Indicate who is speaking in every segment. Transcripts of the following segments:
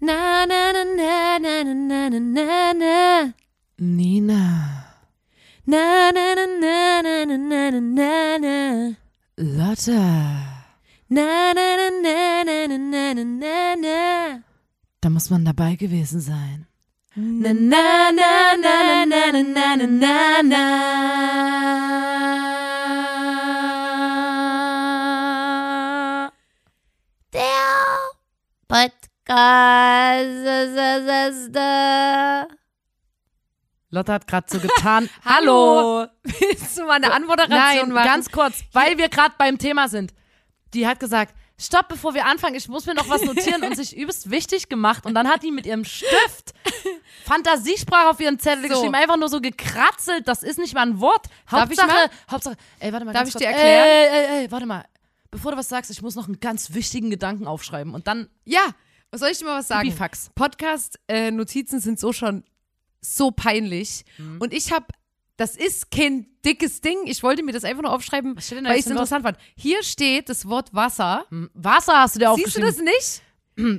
Speaker 1: Na, na, na, na, na, na, na, na, na.
Speaker 2: Nina,
Speaker 1: Na, na, na, na, na, na, na, na, na, na.
Speaker 2: Lotte.
Speaker 1: Na, na, na, na, na, na, na, na, na, na.
Speaker 2: Da muss man dabei gewesen sein.
Speaker 1: Na, na, na, na, na, na, na, na, na, na. Der Podcast ist, ist da.
Speaker 2: Lotte hat gerade so getan.
Speaker 3: Willst du mal eine Anmoderation
Speaker 2: Nein,
Speaker 3: machen?
Speaker 2: ganz kurz, weil wir gerade beim Thema sind. Die hat gesagt, stopp, bevor wir anfangen, ich muss mir noch was notieren und sich übelst wichtig gemacht. Und dann hat die mit ihrem Stift Fantasiesprache auf ihren Zettel
Speaker 3: So.
Speaker 2: geschrieben, einfach nur so gekratzelt. Das ist nicht mal ein Wort.
Speaker 3: Darf ich
Speaker 2: Hauptsache,
Speaker 3: mal?
Speaker 2: Hauptsache, ey, warte mal.
Speaker 3: Darf
Speaker 2: ganz
Speaker 3: ich
Speaker 2: kurz.
Speaker 3: dir erklären?
Speaker 2: Ey, ey, ey, warte mal. Bevor du was sagst, ich muss noch einen ganz wichtigen Gedanken aufschreiben. Und dann
Speaker 3: ja, was soll ich dir mal was sagen?
Speaker 2: Bifax.
Speaker 3: Podcast-Notizen sind so schon so peinlich.
Speaker 2: Mhm.
Speaker 3: Und ich habe, das ist kein dickes Ding. Ich wollte mir das einfach nur aufschreiben,
Speaker 2: steht denn da
Speaker 3: weil
Speaker 2: jetzt
Speaker 3: ich es
Speaker 2: im Wort?
Speaker 3: interessant fand. Hier steht das Wort Wasser.
Speaker 2: Wasser hast du dir
Speaker 3: Siehst du
Speaker 2: aufgeschrieben.
Speaker 3: das nicht?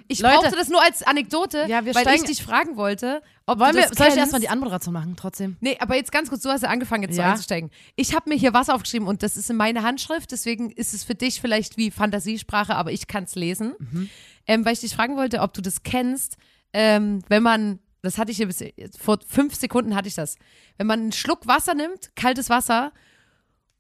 Speaker 3: Ich
Speaker 2: Leute.
Speaker 3: brauchte das nur als Anekdote,
Speaker 2: Ja, wir
Speaker 3: weil
Speaker 2: steigen-
Speaker 3: ich dich fragen wollte, ob
Speaker 2: Wollen
Speaker 3: du
Speaker 2: wir,
Speaker 3: das
Speaker 2: soll ich
Speaker 3: kennst?
Speaker 2: erstmal die Anmoderation machen, trotzdem?
Speaker 3: Nee, aber jetzt ganz kurz, du hast ja angefangen jetzt so
Speaker 2: Ja.
Speaker 3: einzusteigen. Ich habe mir hier was aufgeschrieben und das ist in meiner Handschrift, deswegen ist es für dich vielleicht wie Fantasiesprache, aber ich kann es lesen.
Speaker 2: Mhm.
Speaker 3: Ähm, weil ich dich fragen wollte, ob du das kennst, ähm, wenn man, das hatte ich hier bis, vor fünf Sekunden hatte ich das, wenn man einen Schluck Wasser nimmt, kaltes Wasser,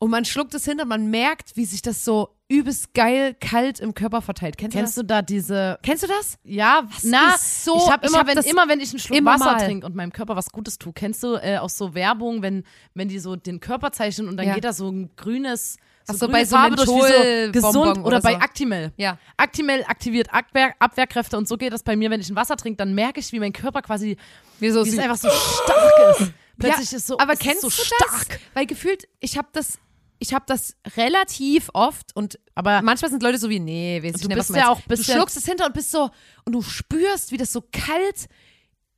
Speaker 3: und man schluckt es hin und man merkt, wie sich das so übelst geil kalt im Körper verteilt. Kennst,
Speaker 2: Kennst
Speaker 3: du
Speaker 2: du da diese
Speaker 3: das? Kennst du das?
Speaker 2: Ja, na,
Speaker 3: ist so-
Speaker 2: ich habe
Speaker 3: ich
Speaker 2: immer,
Speaker 3: hab
Speaker 2: wenn,
Speaker 3: das
Speaker 2: immer, wenn ich einen Schluck
Speaker 3: immer
Speaker 2: Wasser
Speaker 3: mal.
Speaker 2: trinke und meinem Körper was Gutes tue, kennst du äh, aus so Werbung, wenn, wenn die so den Körper zeichnen und dann
Speaker 3: Ja.
Speaker 2: geht da so ein grünes, so,
Speaker 3: Ach so,
Speaker 2: grüne
Speaker 3: bei so
Speaker 2: Farbe durch, wie so
Speaker 3: Menthol-Bonbon
Speaker 2: gesund oder,
Speaker 3: oder
Speaker 2: bei
Speaker 3: so.
Speaker 2: Actimel.
Speaker 3: Ja.
Speaker 2: Actimel aktiviert Abwehr, Abwehrkräfte und so geht das bei mir, wenn ich ein Wasser trinke, dann merke ich, wie mein Körper quasi,
Speaker 3: Wie so
Speaker 2: wie es
Speaker 3: süß.
Speaker 2: einfach so stark ist. Plötzlich
Speaker 3: Ja,
Speaker 2: ist so,
Speaker 3: aber
Speaker 2: es
Speaker 3: kennst
Speaker 2: ist so
Speaker 3: du
Speaker 2: stark.
Speaker 3: das? Weil gefühlt, ich habe das, ich habe das relativ oft und
Speaker 2: Aber
Speaker 3: manchmal sind Leute so wie, nee, weiß ich
Speaker 2: Du
Speaker 3: nicht, was
Speaker 2: bist ja
Speaker 3: meinst.
Speaker 2: auch- bist
Speaker 3: du
Speaker 2: ja-
Speaker 3: schluckst es hinter und bist so und du spürst, wie das so kalt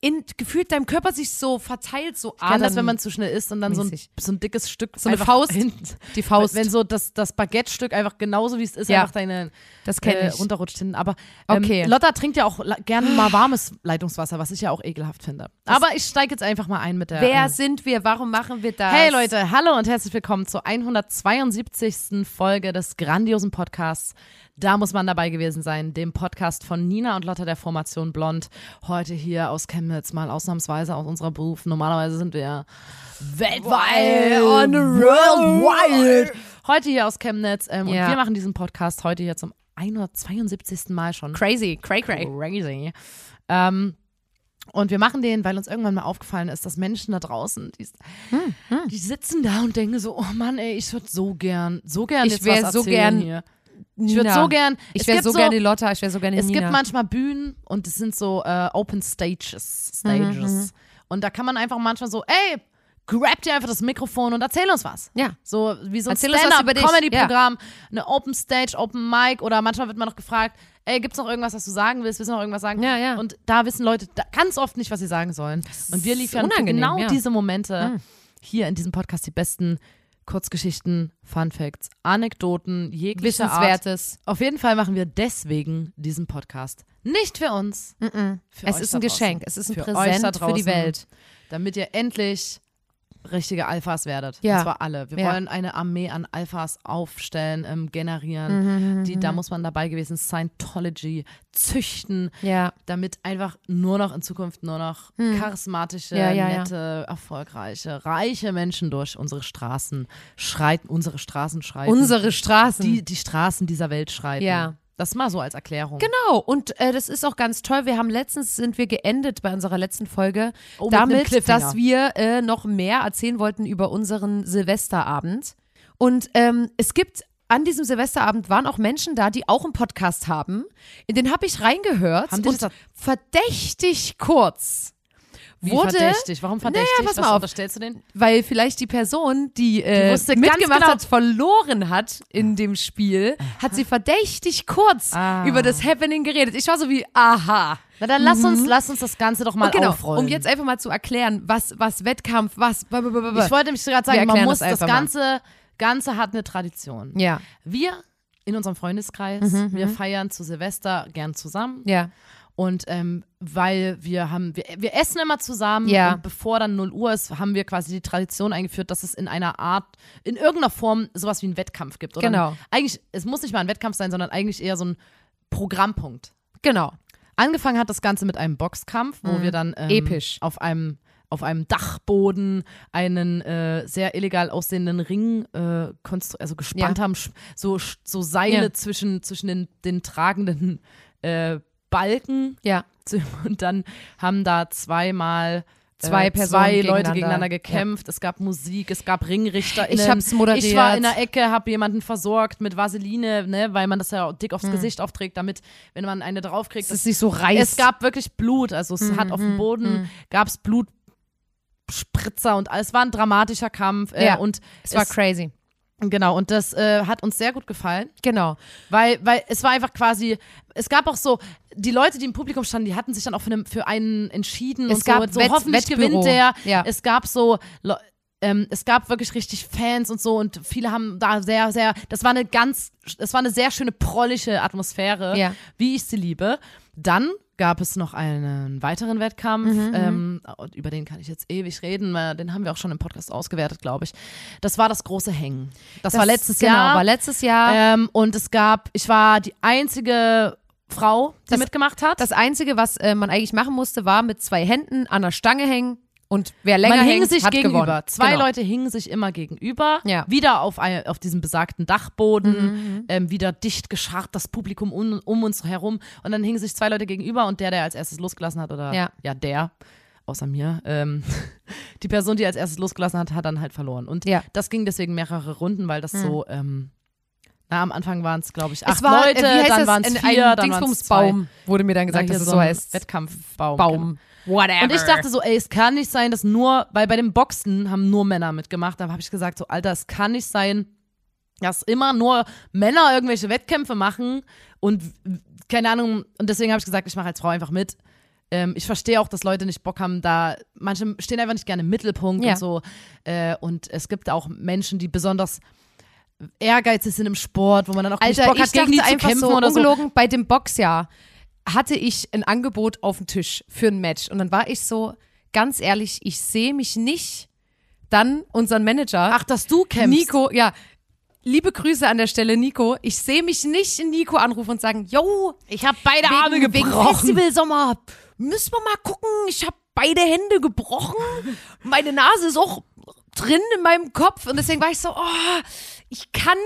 Speaker 3: in gefühlt deinem Körper sich so verteilt, so
Speaker 2: Ich kenne das, wenn
Speaker 3: adern-
Speaker 2: man zu schnell isst und dann so ein,
Speaker 3: mäßig.
Speaker 2: so ein dickes Stück
Speaker 3: So eine
Speaker 2: einfach
Speaker 3: Faust.
Speaker 2: hinten-
Speaker 3: die Faust.
Speaker 2: Wenn so das, das Baguette-Stück einfach genauso wie es ist,
Speaker 3: Ja.
Speaker 2: einfach deine
Speaker 3: das kenne
Speaker 2: äh,
Speaker 3: ich.
Speaker 2: runterrutscht hinten. Aber ähm,
Speaker 3: Okay.
Speaker 2: Lotta trinkt ja auch la- gerne mal warmes Leitungswasser, was ich ja auch ekelhaft finde. Aber ich steige jetzt einfach mal ein mit der.
Speaker 3: Wer
Speaker 2: äh,
Speaker 3: sind wir? Warum machen wir das?
Speaker 2: Hey Leute, hallo und herzlich willkommen zur 172. Folge des grandiosen Podcasts. Da muss man dabei gewesen sein, dem Podcast von Nina und Lotta der Formation Blond. Heute hier aus Chemnitz, mal ausnahmsweise aus unserer Beruf. Normalerweise sind wir weltweit on the worldwide. Heute hier aus Chemnitz ähm,
Speaker 3: Ja.
Speaker 2: und wir machen diesen Podcast heute hier zum 172. Mal schon.
Speaker 3: Crazy, cray cray.
Speaker 2: Crazy. Ähm, und wir machen den, weil uns irgendwann mal aufgefallen ist, dass Menschen da draußen, die,
Speaker 3: Hm,
Speaker 2: die sitzen da und denken so, oh Mann, ey, ich würde so gern, so gern
Speaker 3: Ich
Speaker 2: jetzt
Speaker 3: wär
Speaker 2: was
Speaker 3: so
Speaker 2: erzählen
Speaker 3: gern
Speaker 2: hier. Ich würde
Speaker 3: Nina.
Speaker 2: so gern,
Speaker 3: Ich
Speaker 2: es
Speaker 3: wäre
Speaker 2: gibt
Speaker 3: so, gerne Lotta, ich wäre so gerne
Speaker 2: es
Speaker 3: Nina.
Speaker 2: gibt manchmal Bühnen und es sind so äh, Open
Speaker 3: Mhm,
Speaker 2: Stages. Stages. Und da kann man einfach manchmal so, ey, grab dir einfach das Mikrofon und erzähl uns was.
Speaker 3: ja.
Speaker 2: So wie so ein
Speaker 3: Erzähl uns was über dich.
Speaker 2: Stand-up-Comedy-Programm, eine Open Stage, Open Mic oder manchmal wird man noch gefragt, ey, gibt's noch irgendwas, was du sagen willst? Willst du noch irgendwas sagen?
Speaker 3: Ja, ja.
Speaker 2: Und da wissen Leute da ganz oft nicht, was sie sagen sollen. Und wir liefern für
Speaker 3: unangenehm,
Speaker 2: genau
Speaker 3: ja.
Speaker 2: diese Momente hier in diesem Podcast die besten Kurzgeschichten, Fun Facts, Anekdoten, jeglicher Art.
Speaker 3: Wissenswertes.
Speaker 2: Auf jeden Fall machen wir deswegen diesen Podcast. Nicht für uns. Für
Speaker 3: Es
Speaker 2: euch
Speaker 3: ist
Speaker 2: da draußen.
Speaker 3: ein Geschenk, es ist ein
Speaker 2: Für euch da
Speaker 3: Präsent für die
Speaker 2: draußen
Speaker 3: Welt.
Speaker 2: damit ihr endlich richtige Alphas werdet.
Speaker 3: Ja.
Speaker 2: Und zwar alle. Wir
Speaker 3: Ja.
Speaker 2: wollen eine Armee an Alphas aufstellen, ähm,
Speaker 3: Mhm,
Speaker 2: generieren. die, da muss man dabei gewesen, Scientology züchten,
Speaker 3: Ja.
Speaker 2: damit einfach nur noch in Zukunft nur noch charismatische,
Speaker 3: Hm. Ja, ja, ja.
Speaker 2: nette, erfolgreiche, reiche Menschen durch unsere Straßen schreiten, unsere Straßen schreiten.
Speaker 3: Unsere Straßen.
Speaker 2: die, die Straßen dieser Welt schreiten.
Speaker 3: Ja.
Speaker 2: Das mal so als Erklärung.
Speaker 3: Genau, und äh, das ist auch ganz toll. Wir haben letztens, sind wir geendet bei unserer letzten Folge
Speaker 2: Oh, mit einem
Speaker 3: damit,
Speaker 2: Cliffhanger.
Speaker 3: dass wir äh, noch mehr erzählen wollten über unseren Silvesterabend. Und ähm, es gibt an diesem Silvesterabend waren auch Menschen da, die auch einen Podcast haben. In den habe ich reingehört
Speaker 2: Haben die
Speaker 3: und
Speaker 2: das-
Speaker 3: verdächtig kurz
Speaker 2: Wie
Speaker 3: wurde,
Speaker 2: verdächtig? Warum verdächtig?
Speaker 3: Naja, pass
Speaker 2: Was
Speaker 3: mal auf.
Speaker 2: unterstellst du denen?
Speaker 3: weil vielleicht die Person, die, äh,
Speaker 2: wusste ganz
Speaker 3: mitgemacht
Speaker 2: genau-
Speaker 3: hat, verloren hat in dem Spiel, hat sie verdächtig kurz
Speaker 2: Ah.
Speaker 3: über das Happening geredet. Ich war so wie, aha.
Speaker 2: Na dann lass uns, lass uns das Ganze doch mal
Speaker 3: Und genau,
Speaker 2: aufrollen.
Speaker 3: um jetzt einfach mal zu erklären, was, was Wettkampf, was. b- b- b- b-
Speaker 2: Ich wollte mich gerade
Speaker 3: Wir
Speaker 2: sagen, man
Speaker 3: erklären
Speaker 2: muss
Speaker 3: das
Speaker 2: das,
Speaker 3: einfach mal.
Speaker 2: Ganze, Ganze hat eine Tradition.
Speaker 3: ja, Mhm,
Speaker 2: Wir in unserem Freundeskreis, wir feiern zu Silvester gern zusammen
Speaker 3: ja.
Speaker 2: Und ähm, weil wir haben, wir, wir essen immer zusammen
Speaker 3: Ja.
Speaker 2: und bevor dann 0 Uhr ist, haben wir quasi die Tradition eingeführt, dass es in einer Art, in irgendeiner Form sowas wie einen Wettkampf gibt. Oder
Speaker 3: Genau.
Speaker 2: Ein, eigentlich, es muss nicht mal ein Wettkampf sein, sondern eigentlich eher so ein Programmpunkt.
Speaker 3: Genau.
Speaker 2: Angefangen hat das Ganze mit einem Boxkampf, wo wir dann ähm,
Speaker 3: Mhm. Episch.
Speaker 2: auf einem auf einem Dachboden einen äh, sehr illegal aussehenden Ring äh, konstru- also gespannt
Speaker 3: Ja.
Speaker 2: haben, sch- so sch- so Seile
Speaker 3: Ja.
Speaker 2: zwischen zwischen den, den tragenden äh, Balken
Speaker 3: Ja.
Speaker 2: zu- und dann haben da zweimal
Speaker 3: Zwei
Speaker 2: äh,
Speaker 3: Personen
Speaker 2: zwei Leute
Speaker 3: gegeneinander.
Speaker 2: gegeneinander gekämpft. Es gab Musik, es gab Ringrichter.
Speaker 3: Ich hab's moderiert.
Speaker 2: Ich war in der Ecke, hab jemanden versorgt mit Vaseline, ne, weil man das ja dick aufs Gesicht aufträgt, damit, wenn man eine draufkriegt,
Speaker 3: Mhm.
Speaker 2: das
Speaker 3: Es ist nicht so reiß.
Speaker 2: es gab wirklich Blut, also es
Speaker 3: Mhm,
Speaker 2: hat auf dem Boden gab's Blutspritzer und alles. Es war ein dramatischer Kampf äh,
Speaker 3: Ja,
Speaker 2: und
Speaker 3: es war crazy.
Speaker 2: genau und das äh, hat uns sehr gut gefallen,
Speaker 3: Genau.
Speaker 2: weil weil es war einfach quasi es gab auch so die Leute, die im Publikum standen, die hatten sich dann auch für, einen- für einen entschieden
Speaker 3: Es
Speaker 2: und so,
Speaker 3: gab
Speaker 2: und so
Speaker 3: Wett-
Speaker 2: hoffentlich
Speaker 3: Wettbüro.
Speaker 2: gewinnt der.
Speaker 3: Ja.
Speaker 2: Es gab so Le- ähm, es gab wirklich richtig Fans und so und viele haben da sehr sehr das war eine ganz das war eine sehr schöne prollische Atmosphäre
Speaker 3: Ja.
Speaker 2: wie ich sie liebe. Dann gab es noch einen weiteren Wettkampf,
Speaker 3: Mhm,
Speaker 2: ähm, und über den kann ich jetzt ewig reden, weil den haben wir auch schon im Podcast ausgewertet, glaube ich. Das war das große Hängen. Das, war letztes
Speaker 3: genau,
Speaker 2: Jahr.
Speaker 3: war letztes Jahr.
Speaker 2: ähm, und es gab, ich war die einzige Frau, die
Speaker 3: Das-
Speaker 2: mitgemacht hat.
Speaker 3: Das Einzige, was äh, man eigentlich machen musste, war mit zwei Händen an der Stange hängen und wer länger
Speaker 2: Man hing
Speaker 3: hängt,
Speaker 2: sich
Speaker 3: hat
Speaker 2: gegenüber.
Speaker 3: gewonnen.
Speaker 2: Zwei
Speaker 3: genau.
Speaker 2: Leute hingen sich immer gegenüber.
Speaker 3: Ja. Mhm,
Speaker 2: Wieder auf, ein, auf diesem besagten Dachboden, ähm, wieder dicht gescharrt, das Publikum un, um uns herum. Und dann hingen sich zwei Leute gegenüber und der, der als erstes losgelassen hat, oder
Speaker 3: Ja.
Speaker 2: der, außer mir, ähm, die Person, die als erstes losgelassen hat, hat dann halt verloren. Und
Speaker 3: Ja. Mhm.
Speaker 2: das ging deswegen mehrere Runden, weil das so, ähm, na, am Anfang waren es, glaube ich, acht
Speaker 3: es war,
Speaker 2: Leute,
Speaker 3: äh, wie heißt
Speaker 2: dann
Speaker 3: das?
Speaker 2: waren es
Speaker 3: Ein-
Speaker 2: vier,
Speaker 3: ein
Speaker 2: dann waren es zwei.
Speaker 3: Dingsbumsbaum, wurde mir dann gesagt,
Speaker 2: hier
Speaker 3: dass es
Speaker 2: so
Speaker 3: so
Speaker 2: ein
Speaker 3: heißt.
Speaker 2: Wettkampfbaum. Genau.
Speaker 3: Baum. Whatever.
Speaker 2: Und ich dachte so, ey, es kann nicht sein, dass nur, weil bei dem Boxen haben nur Männer mitgemacht. Da habe ich gesagt, so, Alter, es kann nicht sein, dass immer nur Männer irgendwelche Wettkämpfe machen und w- keine Ahnung. Und deswegen habe ich gesagt, ich mache als Frau einfach mit. Ähm, ich verstehe auch, dass Leute nicht Bock haben, da manche stehen einfach nicht gerne im Mittelpunkt
Speaker 3: Ja.
Speaker 2: und so. Äh, und es gibt auch Menschen, die besonders ehrgeizig sind im Sport, wo man dann auch
Speaker 3: Alter,
Speaker 2: nicht Bock
Speaker 3: ich
Speaker 2: hat, gegen
Speaker 3: dachte
Speaker 2: die zu
Speaker 3: einfach
Speaker 2: kämpfen
Speaker 3: so,
Speaker 2: oder so.
Speaker 3: ungelogen, bei dem Boxjahr hatte ich ein Angebot auf dem Tisch für ein Match. Und dann war ich so, ganz ehrlich, ich sehe mich nicht dann unseren Manager,
Speaker 2: Ach, dass du kämpfst.
Speaker 3: Nico, ja, liebe Grüße an der Stelle, Nico. Ich sehe mich nicht in Nico anrufen und sagen, yo,
Speaker 2: ich habe beide Arme
Speaker 3: wegen, wegen
Speaker 2: gebrochen.
Speaker 3: Festivalsommer, müssen wir mal gucken, ich habe beide Hände gebrochen, meine Nase ist auch drin in meinem Kopf und deswegen war ich so, oh, ich kann,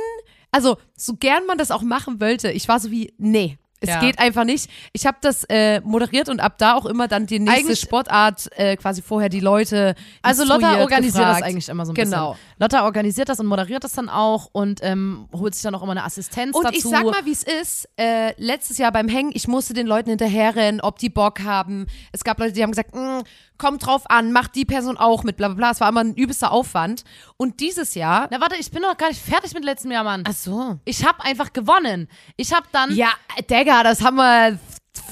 Speaker 3: also so gern man das auch machen wollte, ich war so wie, nee. Es
Speaker 2: Ja.
Speaker 3: geht einfach nicht. Ich habe das äh, moderiert und ab da auch immer dann die nächste
Speaker 2: Eigentlich-
Speaker 3: Sportart äh, quasi vorher die Leute.
Speaker 2: Also Lotta
Speaker 3: instruiert,
Speaker 2: organisiert
Speaker 3: gefragt.
Speaker 2: das eigentlich immer so ein
Speaker 3: Genau.
Speaker 2: bisschen. Lotta organisiert das und moderiert das dann auch und ähm, holt sich dann auch immer eine Assistenz
Speaker 3: Und
Speaker 2: dazu.
Speaker 3: ich sag mal, wie es ist. Äh, letztes Jahr beim Hängen, ich musste den Leuten hinterherrennen, ob die Bock haben. Es gab Leute, die haben gesagt, "Mm, kommt drauf an, macht die Person auch mit, bla bla bla. Es war immer ein übelster Aufwand. Und dieses Jahr.
Speaker 2: Na warte, ich bin noch gar nicht fertig mit letztem Jahr, Mann.
Speaker 3: so.
Speaker 2: Ich habe einfach gewonnen. Ich habe dann
Speaker 3: Ja, Digga, das haben wir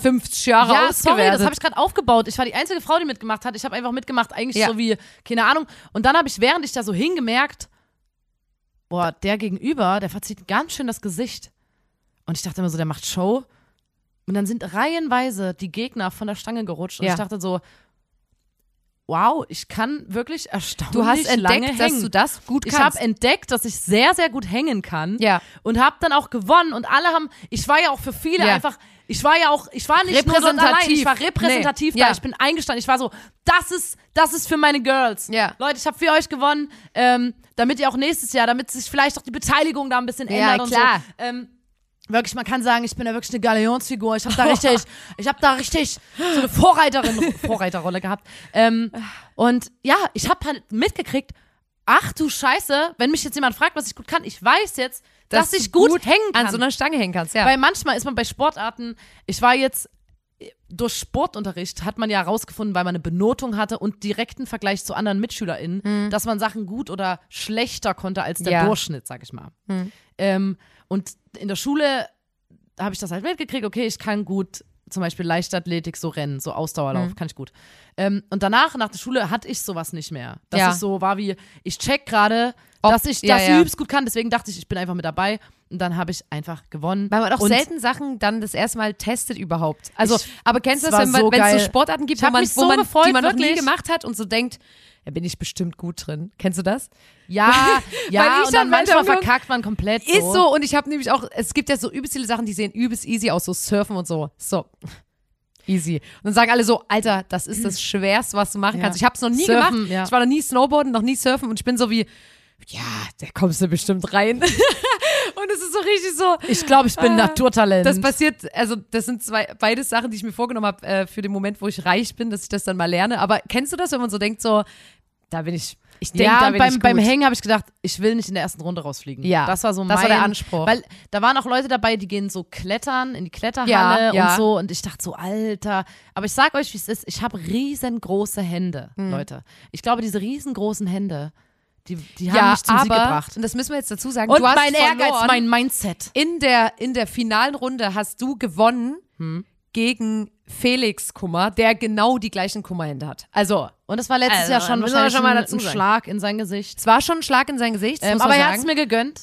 Speaker 3: 50 Jahre
Speaker 2: Ja, sorry,
Speaker 3: ausgewertet.
Speaker 2: das habe ich gerade aufgebaut. Ich war die einzige Frau, die mitgemacht hat. Ich habe einfach mitgemacht, eigentlich
Speaker 3: Ja.
Speaker 2: so wie, keine Ahnung. Und dann habe ich, während ich da so hingemerkt, boah, der gegenüber, der verzieht ganz schön das Gesicht. Und ich dachte immer so, der macht Show. Und dann sind reihenweise die Gegner von der Stange gerutscht. Und
Speaker 3: Ja.
Speaker 2: ich dachte so, wow, ich kann wirklich erstaunlich
Speaker 3: du hast
Speaker 2: lange
Speaker 3: entdeckt,
Speaker 2: hängen.
Speaker 3: dass du das gut
Speaker 2: ich habe
Speaker 3: kannst.
Speaker 2: entdeckt, dass ich sehr, sehr gut hängen kann
Speaker 3: ja.
Speaker 2: und habe dann auch gewonnen und alle haben ich war ja auch für viele
Speaker 3: Ja.
Speaker 2: einfach ich war ja auch ich war nicht nur dort
Speaker 3: Repräsentativ.
Speaker 2: allein ich war repräsentativ
Speaker 3: Nee.
Speaker 2: da
Speaker 3: Ja.
Speaker 2: ich bin eingestanden ich war so das ist das ist für meine Girls
Speaker 3: Ja.
Speaker 2: Leute ich habe für euch gewonnen ähm, damit ihr auch nächstes Jahr damit sich vielleicht auch die Beteiligung da ein bisschen
Speaker 3: Ja,
Speaker 2: ändert
Speaker 3: klar.
Speaker 2: und so ähm, Wirklich, man kann sagen, ich bin da wirklich eine Galionsfigur. Ich habe da richtig, ich habe da richtig so eine Vorreiterin, Vorreiterrolle gehabt. Ähm, und ja, ich habe halt mitgekriegt, ach du Scheiße, wenn mich jetzt jemand fragt, was ich gut kann, ich weiß jetzt, dass,
Speaker 3: du
Speaker 2: ich gut, hängen kann.
Speaker 3: An so einer Stange hängen kannst, ja.
Speaker 2: Weil manchmal ist man bei Sportarten, ich war jetzt durch Sportunterricht hat man ja herausgefunden, weil man eine Benotung hatte und direkten Vergleich zu anderen MitschülerInnen, dass man Sachen gut oder schlechter konnte als der
Speaker 3: Hm. Ja. Hm.
Speaker 2: Durchschnitt, sag ich mal. Ähm, und in der Schule habe ich das halt mitgekriegt, okay, ich kann gut zum Beispiel Leichtathletik, so Rennen, so Ausdauerlauf,
Speaker 3: Hm.
Speaker 2: kann ich gut. Ähm, und danach, nach der Schule, hatte ich sowas nicht mehr. Dass
Speaker 3: Ja.
Speaker 2: ich so war wie, ich check gerade,
Speaker 3: Ob-
Speaker 2: dass ich
Speaker 3: ja,
Speaker 2: das
Speaker 3: ja.
Speaker 2: übelst gut kann. Deswegen dachte ich, ich bin einfach mit dabei. Und dann habe ich einfach gewonnen.
Speaker 3: Weil man auch
Speaker 2: und
Speaker 3: selten Sachen dann das erste Mal testet überhaupt. Also,
Speaker 2: Ich-
Speaker 3: aber kennst du
Speaker 2: es
Speaker 3: das,
Speaker 2: war
Speaker 3: wenn man-
Speaker 2: so
Speaker 3: wenn es so,
Speaker 2: geil.
Speaker 3: Sportarten gibt,
Speaker 2: Ich
Speaker 3: wo
Speaker 2: hab
Speaker 3: man,
Speaker 2: mich
Speaker 3: wo
Speaker 2: so
Speaker 3: man, die
Speaker 2: gefreut,
Speaker 3: man noch nie
Speaker 2: wirklich.
Speaker 3: gemacht hat und so denkt, da bin ich bestimmt gut drin. Kennst du das?
Speaker 2: Ja,
Speaker 3: Weil
Speaker 2: ja,
Speaker 3: ich
Speaker 2: und dann
Speaker 3: dann meinte,
Speaker 2: manchmal
Speaker 3: Junge,
Speaker 2: verkackt man komplett.
Speaker 3: Ist so und ich habe nämlich auch, es gibt ja so übelst viele Sachen, die sehen übelst easy aus, so Surfen und so. So. Easy. Und dann sagen alle so, Alter, das ist das Schwerste, was du machen
Speaker 2: Ja.
Speaker 3: kannst. Ich habe es noch nie
Speaker 2: Surfen,
Speaker 3: gemacht.
Speaker 2: ja.
Speaker 3: Ich war noch nie Snowboarden, noch nie Surfen und ich bin so wie, ja, da kommst du bestimmt rein. und es ist so richtig so,
Speaker 2: Ich glaube, ich bin Naturtalent.
Speaker 3: Ah, Das passiert, also das sind zwei, beides Sachen, die ich mir vorgenommen habe äh, für den Moment, wo ich reich bin, dass ich das dann mal lerne. Aber kennst du das, wenn man so denkt, so, da bin ich, ich denke,
Speaker 2: ja,
Speaker 3: da
Speaker 2: und
Speaker 3: bin
Speaker 2: beim,
Speaker 3: ich gut.
Speaker 2: beim Hängen habe ich gedacht, ich will nicht in der ersten Runde rausfliegen.
Speaker 3: Ja,
Speaker 2: Das war so mein
Speaker 3: das war der Anspruch.
Speaker 2: Weil da waren auch Leute dabei, die gehen so klettern in die Kletterhalle
Speaker 3: Ja, ja.
Speaker 2: und so. Und ich dachte so, Alter. Aber ich sag euch, wie es ist. Ich habe riesengroße Hände,
Speaker 3: Hm.
Speaker 2: Leute. Ich glaube, diese riesengroßen Hände, die, die haben
Speaker 3: ja,
Speaker 2: mich zum
Speaker 3: aber,
Speaker 2: Sieg gebracht.
Speaker 3: und das müssen wir jetzt dazu sagen,
Speaker 2: Und
Speaker 3: du hast
Speaker 2: mein
Speaker 3: verloren.
Speaker 2: Ehrgeiz, mein Mindset.
Speaker 3: in der, in der finalen Runde hast du gewonnen
Speaker 2: Hm.
Speaker 3: gegen Felix Kummer, der genau die gleichen Kummerhände hat. Also,
Speaker 2: Und das war letztes
Speaker 3: Also,
Speaker 2: Jahr schon
Speaker 3: müssen wir
Speaker 2: wahrscheinlich
Speaker 3: schon mal
Speaker 2: ein-
Speaker 3: dazu
Speaker 2: ein
Speaker 3: sagen.
Speaker 2: Schlag in sein Gesicht.
Speaker 3: es war schon ein Schlag in sein Gesicht, das
Speaker 2: Ähm,
Speaker 3: muss
Speaker 2: aber
Speaker 3: man
Speaker 2: er hat
Speaker 3: sagen.
Speaker 2: es mir gegönnt,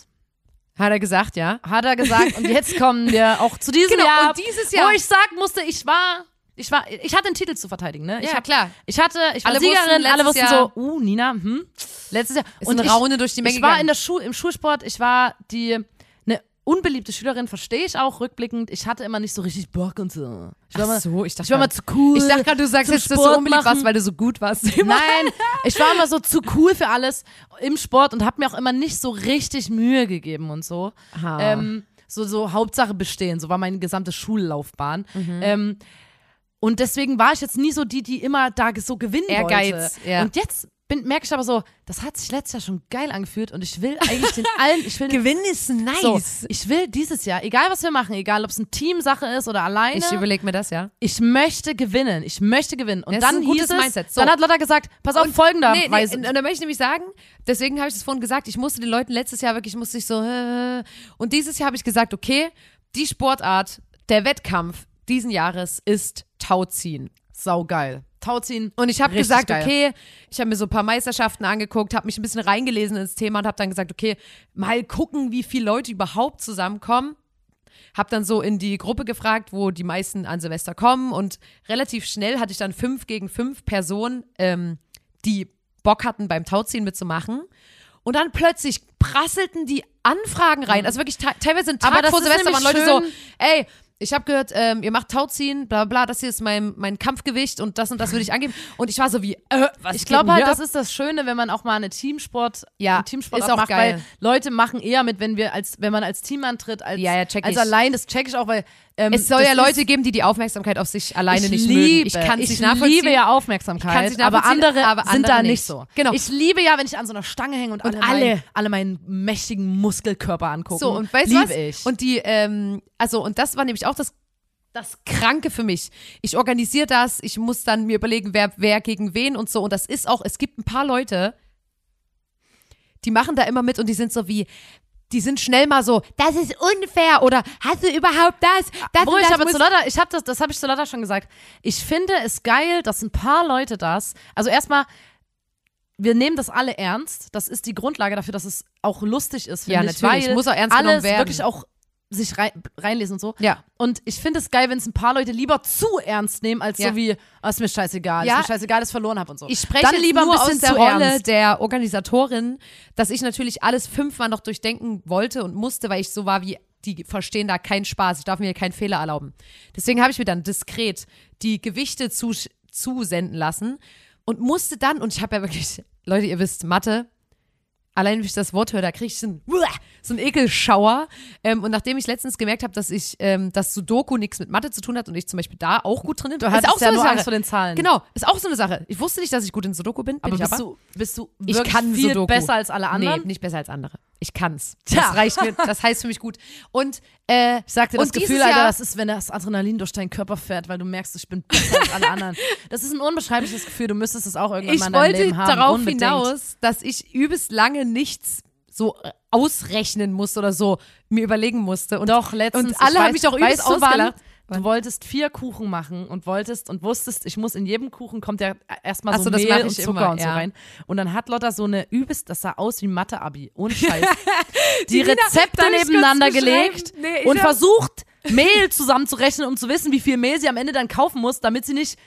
Speaker 3: hat er gesagt, ja.
Speaker 2: hat er gesagt. Und jetzt kommen wir auch zu diesem
Speaker 3: Genau,
Speaker 2: Jahr.
Speaker 3: und dieses Jahr-
Speaker 2: Wo ich sagen musste, ich war, ich war, ich hatte den Titel zu verteidigen, ne? ich
Speaker 3: ja,
Speaker 2: hab,
Speaker 3: klar.
Speaker 2: Ich hatte, ich war
Speaker 3: Alle wussten
Speaker 2: Siegerin, alle wussten
Speaker 3: letztes
Speaker 2: so, uh, Nina, hm, letztes Jahr.
Speaker 3: Ist
Speaker 2: und
Speaker 3: eine
Speaker 2: ich,
Speaker 3: Raune durch die Menge
Speaker 2: ich war
Speaker 3: gegangen.
Speaker 2: in der Schu im Schulsport, ich war die, eine unbeliebte Schülerin, verstehe ich auch rückblickend. Ich hatte immer nicht so richtig Bock und so. Ich war,
Speaker 3: Ach
Speaker 2: immer,
Speaker 3: so, ich dachte
Speaker 2: ich war mal
Speaker 3: gerade-
Speaker 2: zu cool.
Speaker 3: Ich dachte gerade, du sagst
Speaker 2: Zum
Speaker 3: jetzt, dass du
Speaker 2: Sport
Speaker 3: unbedingt
Speaker 2: machen.
Speaker 3: warst, weil du so gut warst.
Speaker 2: Nein, ich war immer so zu cool für alles im Sport und habe mir auch immer nicht so richtig Mühe gegeben und so.
Speaker 3: Ah.
Speaker 2: Ähm, so, so Hauptsache bestehen, so war meine gesamte Schullaufbahn.
Speaker 3: Mhm.
Speaker 2: Ähm, und deswegen war ich jetzt nie so die, die immer da so gewinnen
Speaker 3: Ehrgeiz,
Speaker 2: wollte.
Speaker 3: ja.
Speaker 2: Und jetzt bin, merke ich aber so, das hat sich letztes Jahr schon geil angefühlt und ich will eigentlich den allen, ich will
Speaker 3: Gewinnen ist nice.
Speaker 2: so, ich will dieses Jahr, egal was wir machen, egal ob es eine Teamsache ist oder alleine,
Speaker 3: Ich überlege mir das, ja.
Speaker 2: ich möchte gewinnen, ich möchte gewinnen. Und
Speaker 3: Das ist
Speaker 2: dann
Speaker 3: ein gutes
Speaker 2: hieß es,
Speaker 3: Mindset. So.
Speaker 2: dann hat Lotta gesagt, pass auf,
Speaker 3: Und-
Speaker 2: folgenderweise.
Speaker 3: Nee, äh, nee, und, und da möchte ich nämlich sagen, deswegen habe ich es vorhin gesagt, ich musste den Leuten letztes Jahr wirklich, musste ich so, äh, und dieses Jahr habe ich gesagt, okay, die Sportart, der Wettkampf diesen Jahres ist Tauziehen.
Speaker 2: Saugeil. Tauziehen.
Speaker 3: Und ich habe
Speaker 2: Richtig
Speaker 3: gesagt,
Speaker 2: geil.
Speaker 3: okay, ich habe mir so ein paar Meisterschaften angeguckt, habe mich ein bisschen reingelesen ins Thema und habe dann gesagt, okay, mal gucken, wie viele Leute überhaupt zusammenkommen. Habe dann so in die Gruppe gefragt, wo die meisten an Silvester kommen und relativ schnell hatte ich dann fünf gegen fünf Personen, ähm, die Bock hatten, beim Tauziehen mitzumachen. Und dann plötzlich prasselten die Anfragen rein. Also wirklich te- teilweise einen Tag
Speaker 2: Mhm. Aber das
Speaker 3: vor
Speaker 2: ist
Speaker 3: Silvester waren
Speaker 2: nämlich
Speaker 3: Leute so,
Speaker 2: schön.
Speaker 3: ey, ich habe gehört, ähm, ihr macht Tauziehen, bla bla, das hier ist mein, mein Kampfgewicht und das und das würde ich angeben. Und ich war so wie, äh, was
Speaker 2: ich glaube halt, das
Speaker 3: ist
Speaker 2: ist das Schöne, wenn man auch mal eine Teamsport,
Speaker 3: Ja,
Speaker 2: einen Teamsport
Speaker 3: ist auch
Speaker 2: macht,
Speaker 3: geil.
Speaker 2: weil Leute machen eher mit, wenn wir als, wenn man als Team antritt, als,
Speaker 3: Ja, ja, check
Speaker 2: als
Speaker 3: ich.
Speaker 2: allein, das check ich auch, weil ähm,
Speaker 3: es soll
Speaker 2: das
Speaker 3: ja Leute
Speaker 2: ist,
Speaker 3: geben, die die Aufmerksamkeit auf sich alleine
Speaker 2: ich
Speaker 3: nicht
Speaker 2: liebe,
Speaker 3: mögen. Ich kann es nicht nachvollziehen.
Speaker 2: liebe ja Aufmerksamkeit,
Speaker 3: kann's nicht
Speaker 2: aber,
Speaker 3: nachvollziehen,
Speaker 2: andere
Speaker 3: aber
Speaker 2: sind
Speaker 3: andere
Speaker 2: da nicht,
Speaker 3: nicht.
Speaker 2: so.
Speaker 3: Genau.
Speaker 2: Ich liebe ja, wenn ich an so einer Stange hänge und, alle,
Speaker 3: alle.
Speaker 2: Meinen, alle meinen mächtigen Muskelkörper angucken.
Speaker 3: So, und weißt du
Speaker 2: liebe
Speaker 3: was?
Speaker 2: ich.
Speaker 3: Und die, ähm, also, und das war nämlich auch das, das Kranke für mich. Ich organisiere das, ich muss dann mir überlegen, wer, wer gegen wen und so. Und das ist auch, es gibt ein paar Leute, die machen da immer mit und die sind so wie, die sind schnell mal so, das ist unfair oder hast du überhaupt das? das
Speaker 2: Wo
Speaker 3: und
Speaker 2: ich
Speaker 3: das
Speaker 2: aber
Speaker 3: muss-
Speaker 2: zu Lotta, ich habe das, das habe ich zu Lotta schon gesagt. Ich finde es geil, dass ein paar Leute das. Also erstmal, wir nehmen das alle ernst. Das ist die Grundlage dafür, dass es auch lustig ist.
Speaker 3: Ja,
Speaker 2: finde ich,
Speaker 3: natürlich.
Speaker 2: Weil
Speaker 3: Muss auch ernst genommen
Speaker 2: alles
Speaker 3: werden.
Speaker 2: wirklich auch sich rein, reinlesen und so.
Speaker 3: Ja.
Speaker 2: Und ich finde es geil, wenn es ein paar Leute lieber zu ernst nehmen, als
Speaker 3: Ja.
Speaker 2: so wie, oh, ist mir scheißegal,
Speaker 3: Ja.
Speaker 2: ist mir scheißegal, dass ich verloren habe und so.
Speaker 3: Ich spreche
Speaker 2: Dann
Speaker 3: jetzt
Speaker 2: lieber
Speaker 3: nur
Speaker 2: ein bisschen
Speaker 3: aus der
Speaker 2: zu
Speaker 3: Rolle
Speaker 2: ernst.
Speaker 3: der Organisatorin, dass ich natürlich alles fünfmal noch durchdenken wollte und musste, weil ich so war wie, die verstehen da keinen Spaß, ich darf mir keinen Fehler erlauben. Deswegen habe ich mir dann diskret die Gewichte zusch- zusenden lassen und musste dann, und ich habe ja wirklich, Leute, ihr wisst, Mathe, allein wenn ich das Wort höre, da kriege ich so einen, uah, so einen Ekelschauer. Ähm, und nachdem ich letztens gemerkt habe, dass ich, ähm, dass Sudoku nichts mit Mathe zu tun hat und ich zum Beispiel da auch gut drin bin,
Speaker 2: du hattest
Speaker 3: auch so
Speaker 2: ja
Speaker 3: eine
Speaker 2: nur
Speaker 3: Sache.
Speaker 2: Angst vor den Zahlen.
Speaker 3: Genau, ist auch so eine Sache. Ich wusste nicht, dass ich gut in Sudoku bin. bin
Speaker 2: Aber
Speaker 3: ich
Speaker 2: bist
Speaker 3: aber.
Speaker 2: du, bist du
Speaker 3: Ich
Speaker 2: wirklich
Speaker 3: kann
Speaker 2: viel
Speaker 3: Sudoku.
Speaker 2: besser als alle anderen?
Speaker 3: Nee, nicht besser als andere. Ich kann's.
Speaker 2: Tja.
Speaker 3: Das reicht mir. Das heißt für mich gut. Und äh,
Speaker 2: Ich sag dir, das
Speaker 3: Und dieses
Speaker 2: Gefühl, Alter,
Speaker 3: Jahr-
Speaker 2: das ist, wenn das Adrenalin durch deinen Körper fährt, weil du merkst, ich bin besser als alle anderen. Das ist ein unbeschreibliches Gefühl, du müsstest es auch irgendwann
Speaker 3: ich
Speaker 2: mal in deinem
Speaker 3: wollte
Speaker 2: Leben haben.
Speaker 3: darauf
Speaker 2: unbedingt.
Speaker 3: hinaus, dass ich übelst lange nichts so äh, ausrechnen musste oder so mir überlegen musste. Und
Speaker 2: Doch, letztens.
Speaker 3: Und alle
Speaker 2: ich
Speaker 3: haben
Speaker 2: weiß-
Speaker 3: mich auch übelst
Speaker 2: weißt du, wann,
Speaker 3: ausgelacht.
Speaker 2: du wolltest vier Kuchen machen und wolltest und wusstest, ich muss in jedem Kuchen kommt ja erstmal
Speaker 3: Ach
Speaker 2: so,
Speaker 3: so, das
Speaker 2: Mehl
Speaker 3: mach
Speaker 2: und
Speaker 3: ich
Speaker 2: Zucker
Speaker 3: immer,
Speaker 2: und so
Speaker 3: ja.
Speaker 2: rein. Und dann hat Lotta so eine übelst, das sah aus wie ein Mathe-Abi. Und Scheiß. die,
Speaker 3: Nina,
Speaker 2: Rezepte
Speaker 3: darf ich kurz
Speaker 2: nebeneinander
Speaker 3: beschreiben?
Speaker 2: gelegt
Speaker 3: Nee, ich
Speaker 2: und
Speaker 3: hab-
Speaker 2: versucht, Mehl zusammenzurechnen, um zu wissen, wie viel Mehl sie am Ende dann kaufen muss, damit sie nicht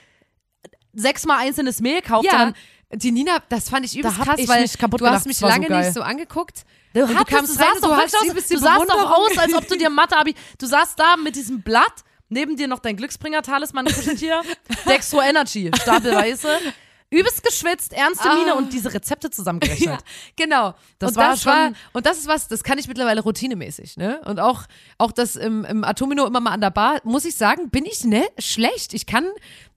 Speaker 2: sechsmal einzelnes Mehl kauft,
Speaker 3: Ja,
Speaker 2: sondern
Speaker 3: die Nina, das fand ich übelst
Speaker 2: hab
Speaker 3: krass,
Speaker 2: ich
Speaker 3: weil
Speaker 2: mich kaputt
Speaker 3: du hast
Speaker 2: gelacht,
Speaker 3: mich
Speaker 2: das war so
Speaker 3: lange
Speaker 2: geil.
Speaker 3: nicht so angeguckt.
Speaker 2: Du,
Speaker 3: Und
Speaker 2: hattest, du,
Speaker 3: rein
Speaker 2: sahst
Speaker 3: und
Speaker 2: doch
Speaker 3: du hast
Speaker 2: wirklich
Speaker 3: übelst
Speaker 2: aus,
Speaker 3: die
Speaker 2: du sahst doch
Speaker 3: Bewunderung.
Speaker 2: aus, als ob du dir Mathe Abi, du saßt da mit diesem Blatt, neben dir noch dein Glücksbringer Talisman Kuscheltier, Dextro Energy, stapelweise, übelst geschwitzt, ernste
Speaker 3: Ah.
Speaker 2: Miene und diese Rezepte zusammengerechnet.
Speaker 3: Genau.
Speaker 2: Das
Speaker 3: und
Speaker 2: war
Speaker 3: das
Speaker 2: schon-
Speaker 3: war, und das ist was, das kann ich mittlerweile routinemäßig, ne? Und auch, auch das im, im Atomino immer mal an der Bar, muss ich sagen, bin ich ne schlecht. Ich kann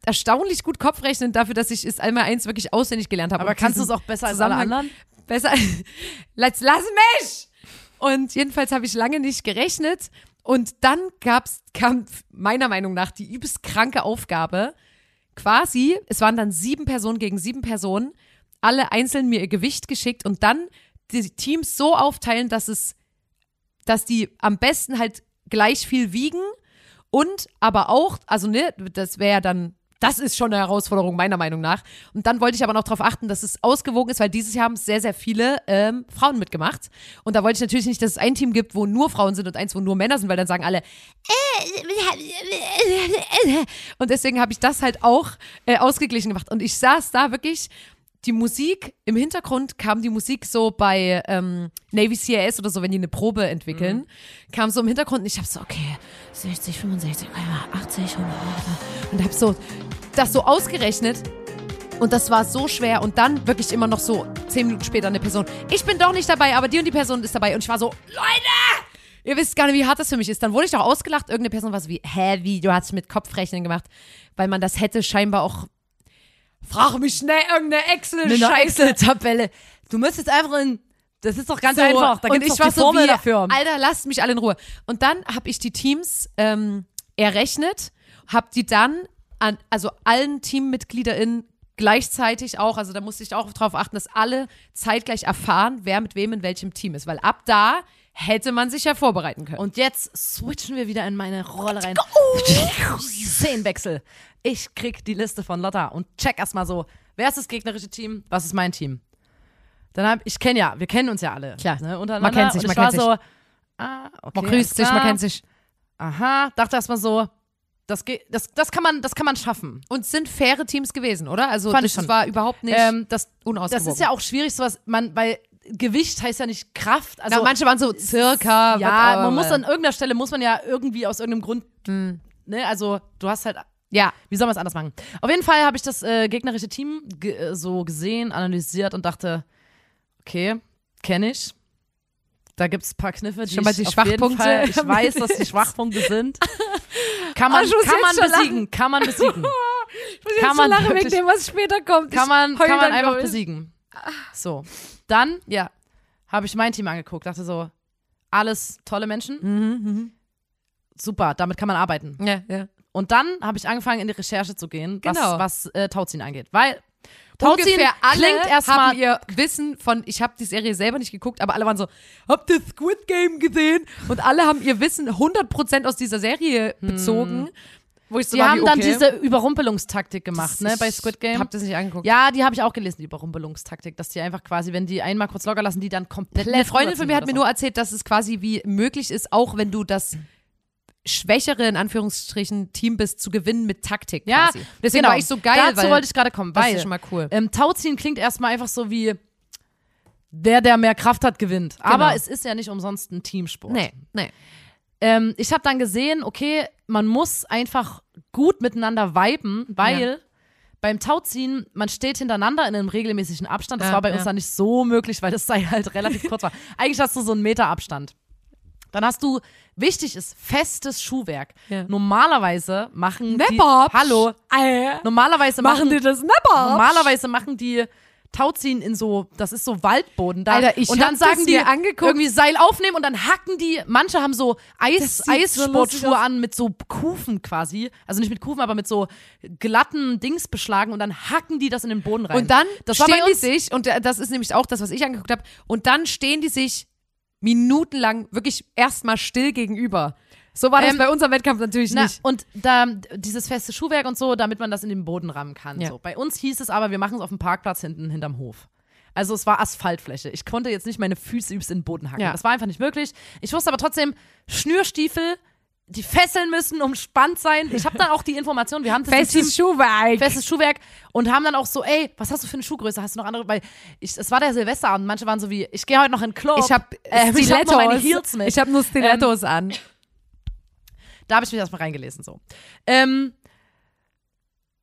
Speaker 3: erstaunlich gut Kopf rechnen dafür, dass ich es einmal eins wirklich auswendig gelernt habe.
Speaker 2: Aber
Speaker 3: Und
Speaker 2: kannst du
Speaker 3: diesen
Speaker 2: es auch besser als alle
Speaker 3: Zusammenhang-
Speaker 2: anderen?
Speaker 3: Besser. Let's lass mich! Und jedenfalls habe ich lange nicht gerechnet. Und dann gab's, kam meiner Meinung nach die übelst kranke Aufgabe. Quasi, es waren dann sieben Personen gegen sieben Personen, alle einzeln mir ihr Gewicht geschickt und dann die Teams so aufteilen, dass es, dass die am besten halt gleich viel wiegen und aber auch, also ne, das wäre ja dann, das ist schon eine Herausforderung meiner Meinung nach. Und dann wollte ich aber noch darauf achten, dass es ausgewogen ist, weil dieses Jahr haben es sehr, sehr viele ähm, Frauen mitgemacht. Und da wollte ich natürlich nicht, dass es ein Team gibt, wo nur Frauen sind und eins, wo nur Männer sind, weil dann sagen alle. äh, Und deswegen habe ich das halt auch äh, ausgeglichen gemacht. Und ich saß da wirklich. Die Musik, im Hintergrund kam die Musik so bei ähm, Navy CIS oder so, wenn die eine Probe entwickeln, kam so im Hintergrund und ich habe so, okay, 60, 65, 80, 100 und habe so das so ausgerechnet und das war so schwer und dann wirklich immer noch so zehn Minuten später eine Person, ich bin doch nicht dabei, aber die und die Person ist dabei und ich war so, Leute! Ihr wisst gar nicht, wie hart das für mich ist. Dann wurde ich doch ausgelacht. Irgendeine Person war so wie, hä, wie, du hast mit Kopfrechnen gemacht. Weil man das hätte scheinbar auch, frag mich schnell, irgendeine
Speaker 2: Mit einer
Speaker 3: Excel-Scheiße.
Speaker 2: Excel-Tabelle. Du müsstest einfach in, das ist doch ganz
Speaker 3: So,
Speaker 2: einfach, da
Speaker 3: und
Speaker 2: gibt's
Speaker 3: ich
Speaker 2: doch
Speaker 3: war
Speaker 2: die Formel
Speaker 3: so wie,
Speaker 2: dafür.
Speaker 3: Alter, lasst mich alle in Ruhe. Und dann habe ich die Teams ähm, errechnet, habe die dann an, also allen TeammitgliederInnen gleichzeitig auch, also da musste ich auch darauf achten, dass alle zeitgleich erfahren, wer mit wem in welchem Team ist, weil ab da hätte man sich ja vorbereiten können.
Speaker 2: Und jetzt switchen wir wieder in meine Rolle rein. Szenenwechsel. Ich krieg die Liste von Lotta und check erstmal so, wer ist das gegnerische Team, was ist mein Team? Dann hab ich kenne ja, wir kennen uns ja alle.
Speaker 3: Klar.
Speaker 2: Ne, untereinander.
Speaker 3: Man kennt sich,
Speaker 2: und ich
Speaker 3: man
Speaker 2: war
Speaker 3: kennt
Speaker 2: so, ah, okay,
Speaker 3: man grüßt
Speaker 2: alles
Speaker 3: sich, man
Speaker 2: klar.
Speaker 3: kennt sich.
Speaker 2: Aha, dachte erstmal so, das geht, das, das kann man, das kann man schaffen.
Speaker 3: Und es sind faire Teams gewesen, oder? Also
Speaker 2: Fand ich
Speaker 3: das
Speaker 2: schon.
Speaker 3: war überhaupt nicht
Speaker 2: Ähm, das, das
Speaker 3: unausgewogen.
Speaker 2: ist ja auch schwierig, sowas, man, weil Gewicht heißt ja nicht Kraft. Also
Speaker 3: Na, manche waren so circa.
Speaker 2: ja,
Speaker 3: whatever.
Speaker 2: man muss an irgendeiner Stelle muss man ja irgendwie aus irgendeinem Grund,
Speaker 3: Hm.
Speaker 2: ne, also du hast halt
Speaker 3: ja.
Speaker 2: wie soll man es anders machen? Auf jeden Fall habe ich das äh, gegnerische Team ge äh, so gesehen, analysiert und dachte, okay, kenne ich. Da gibt es ein paar Kniffe, die,
Speaker 3: Schon mal die
Speaker 2: ich auf jeden
Speaker 3: Schwachpunkte
Speaker 2: Fall, ich weiß, dass die Schwachpunkte sind. Kann man,
Speaker 3: Oh, ich muss
Speaker 2: kann
Speaker 3: jetzt
Speaker 2: man
Speaker 3: schon lachen.
Speaker 2: besiegen, kann man besiegen.
Speaker 3: Ich
Speaker 2: Kann
Speaker 3: kann
Speaker 2: man
Speaker 3: man lachen wegen
Speaker 2: wirklich-
Speaker 3: dem, was später kommt.
Speaker 2: Kann
Speaker 3: Ich
Speaker 2: man,
Speaker 3: heul
Speaker 2: kann man
Speaker 3: dann,
Speaker 2: einfach
Speaker 3: glaub ich. Ah.
Speaker 2: besiegen. So, dann
Speaker 3: Ja.
Speaker 2: habe ich mein Team angeguckt, dachte so, alles tolle Menschen.
Speaker 3: Mhm,
Speaker 2: Super, damit kann man arbeiten.
Speaker 3: Ja, ja.
Speaker 2: Und dann habe ich angefangen, in die Recherche zu gehen,
Speaker 3: Genau.
Speaker 2: was, was äh, Tauziehen angeht. Weil Tauziehen
Speaker 3: Ungefähr alle
Speaker 2: klingt erstmal.
Speaker 3: haben ihr Wissen von, ich habe die Serie selber nicht geguckt, aber alle waren so, habt ihr Squid Game gesehen? Und alle haben ihr Wissen 100% aus dieser Serie bezogen. Wo ich so
Speaker 2: Die
Speaker 3: war,
Speaker 2: Hm. haben
Speaker 3: wie,
Speaker 2: dann
Speaker 3: okay.
Speaker 2: diese Überrumpelungstaktik gemacht, ne, bei Squid Game.
Speaker 3: Habt ihr es nicht angeguckt?
Speaker 2: ja, die habe ich auch gelesen, die Überrumpelungstaktik, dass die einfach quasi, wenn die einmal kurz locker lassen, die dann komplett.
Speaker 3: Eine Freundin von mir hat
Speaker 2: rüberziehen
Speaker 3: mir nur erzählt, dass es quasi wie möglich ist, auch wenn du das schwächere, in Anführungsstrichen, Team bist, zu gewinnen mit Taktik
Speaker 2: oder so.
Speaker 3: quasi.
Speaker 2: Ja,
Speaker 3: Deswegen
Speaker 2: genau.
Speaker 3: war ich so geil,
Speaker 2: Dazu
Speaker 3: weil
Speaker 2: wollte ich gerade kommen,
Speaker 3: das ist
Speaker 2: weil
Speaker 3: ja schon mal cool.
Speaker 2: ähm, Tauziehen klingt erstmal einfach so wie der, der mehr Kraft hat, gewinnt. Aber
Speaker 3: Genau.
Speaker 2: es ist ja nicht umsonst ein Teamsport.
Speaker 3: Nee, nee.
Speaker 2: ähm, ich habe dann gesehen, okay, man muss einfach gut miteinander viben, weil beim Tauziehen, man steht hintereinander in einem regelmäßigen Abstand. Das
Speaker 3: Ja,
Speaker 2: war bei
Speaker 3: ja.
Speaker 2: uns dann nicht so möglich, weil das Seil halt relativ kurz war. Eigentlich hast du so einen Meter Abstand. Dann hast du, wichtig ist, festes Schuhwerk.
Speaker 3: Ja.
Speaker 2: Normalerweise machen die,
Speaker 3: Nepper.
Speaker 2: hallo,
Speaker 3: Äh,
Speaker 2: normalerweise machen,
Speaker 3: machen die das Nepper?
Speaker 2: normalerweise machen die Tauziehen in so, das ist so Waldboden da.
Speaker 3: Alter, ich
Speaker 2: und dann
Speaker 3: hab
Speaker 2: sagen
Speaker 3: das
Speaker 2: die
Speaker 3: mir angeguckt.
Speaker 2: irgendwie Seil aufnehmen und dann hacken die. Manche haben so
Speaker 3: Das
Speaker 2: Eis,
Speaker 3: sieht so lustig
Speaker 2: Eissportschuhe
Speaker 3: aus.
Speaker 2: an mit so Kufen quasi. Also nicht mit Kufen, aber mit so glatten Dings beschlagen und dann hacken die das in den Boden rein.
Speaker 3: Und dann
Speaker 2: das war bei
Speaker 3: stehen die
Speaker 2: uns-
Speaker 3: sich, und äh, das ist nämlich auch das, was ich angeguckt habe, und dann stehen die sich minutenlang wirklich erstmal still gegenüber. So war das
Speaker 2: Ähm,
Speaker 3: bei unserem Wettkampf natürlich
Speaker 2: Na,
Speaker 3: nicht.
Speaker 2: und da, dieses feste Schuhwerk und so, damit man das in den Boden rammen kann.
Speaker 3: Ja.
Speaker 2: So. Bei uns hieß es aber, wir machen es auf dem Parkplatz hinten hinterm Hof. Also es war Asphaltfläche. Ich konnte jetzt nicht meine Füße übst in den Boden hacken.
Speaker 3: Ja.
Speaker 2: Das war einfach nicht möglich. Ich wusste aber trotzdem, Schnürstiefel, die fesseln müssen, umspannt sein. Ich habe dann auch die Information, wir haben das im Team-
Speaker 3: Festes Schuhwerk.
Speaker 2: festes Schuhwerk und haben dann auch so, ey, was hast du für eine Schuhgröße? Hast du noch andere? Weil ich, es war der Silvesterabend, manche waren so wie, ich gehe heute noch in den Club.
Speaker 3: Ich habe
Speaker 2: Ähm, ich hab nur meine Heels
Speaker 3: Stilettos.
Speaker 2: mit. Ähm,
Speaker 3: Ich habe nur Stilettos an.
Speaker 2: Da habe ich mich erstmal reingelesen. So. Ähm,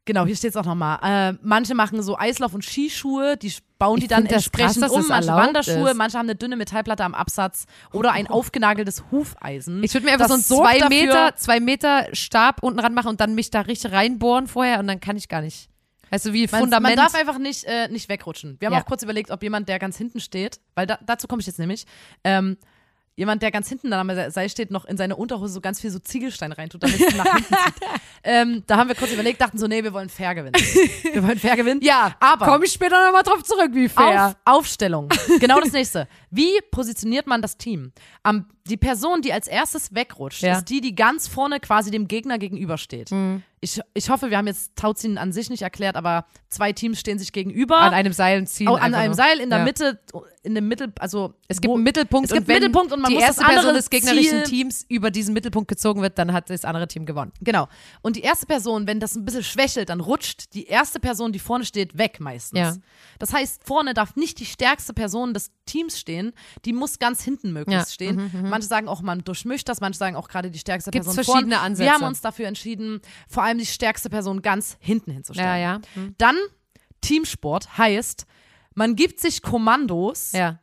Speaker 2: genau, hier steht es auch nochmal. Äh, manche machen so Eislauf- und Skischuhe, die sch- bauen die
Speaker 3: Ich
Speaker 2: dann
Speaker 3: find das krass,
Speaker 2: entsprechend
Speaker 3: dass
Speaker 2: um.
Speaker 3: das
Speaker 2: manche
Speaker 3: erlaubt
Speaker 2: Wanderschuhe,
Speaker 3: ist.
Speaker 2: manche haben eine dünne Metallplatte am Absatz oder ein aufgenageltes Hufeisen.
Speaker 3: Ich würde mir einfach
Speaker 2: Das
Speaker 3: so
Speaker 2: sorgt
Speaker 3: einen zwei
Speaker 2: dafür-
Speaker 3: Meter, zwei Meter Stab unten ran machen und dann mich da richtig reinbohren vorher und dann kann ich gar nicht. Weißt du, wie
Speaker 2: man, man
Speaker 3: Fundament.
Speaker 2: darf einfach nicht, äh, nicht wegrutschen. Wir haben
Speaker 3: Ja.
Speaker 2: auch kurz überlegt, ob jemand, der ganz hinten steht, weil da, dazu komme ich jetzt nämlich, ähm, jemand, der ganz hinten dann am Seil steht, noch in seine Unterhose so ganz viel so Ziegelstein reintut, damit es nach hinten zieht. Ähm, da haben wir kurz überlegt, dachten so, nee, wir wollen fair gewinnen. Wir wollen fair gewinnen.
Speaker 3: ja,
Speaker 2: aber-
Speaker 3: Komme ich später nochmal drauf zurück, wie fair.
Speaker 2: Auf, Aufstellung. Genau das nächste. Wie positioniert man das Team? Am, die Person, die als erstes wegrutscht,
Speaker 3: Ja. Mhm.
Speaker 2: ist die, die ganz vorne quasi dem Gegner gegenübersteht. Ich, ich hoffe, wir haben jetzt Tauziehen an sich nicht erklärt, aber zwei Teams stehen sich gegenüber.
Speaker 3: An einem Seil und ziehen.
Speaker 2: Au- an
Speaker 3: einfach
Speaker 2: einem
Speaker 3: nur.
Speaker 2: Seil, in der
Speaker 3: Ja.
Speaker 2: Mitte, in dem Mittel, also
Speaker 3: Es gibt
Speaker 2: wo-
Speaker 3: einen Mittelpunkt
Speaker 2: es gibt
Speaker 3: und wenn
Speaker 2: einen Mittelpunkt und man
Speaker 3: die
Speaker 2: muss
Speaker 3: erste
Speaker 2: das andere
Speaker 3: Person des gegnerischen
Speaker 2: Ziel-
Speaker 3: Teams über diesen Mittelpunkt gezogen wird, dann hat das andere Team gewonnen.
Speaker 2: Genau. Und die erste Person, wenn das ein bisschen schwächelt, dann rutscht die erste Person, die vorne steht, weg meistens.
Speaker 3: Ja.
Speaker 2: Das heißt, vorne darf nicht die stärkste Person des Teams stehen, die muss ganz hinten möglichst
Speaker 3: Ja. Mhm,
Speaker 2: stehen. manche sagen auch, man durchmischt das, manche sagen auch gerade die stärkste
Speaker 3: Gibt's
Speaker 2: Person
Speaker 3: verschiedene
Speaker 2: vorne.
Speaker 3: Ansätze.
Speaker 2: Wir haben uns dafür entschieden, vor allem die stärkste Person ganz hinten hinzustellen.
Speaker 3: Ja, ja.
Speaker 2: Dann Teamsport heißt, man gibt sich Kommandos
Speaker 3: Ja.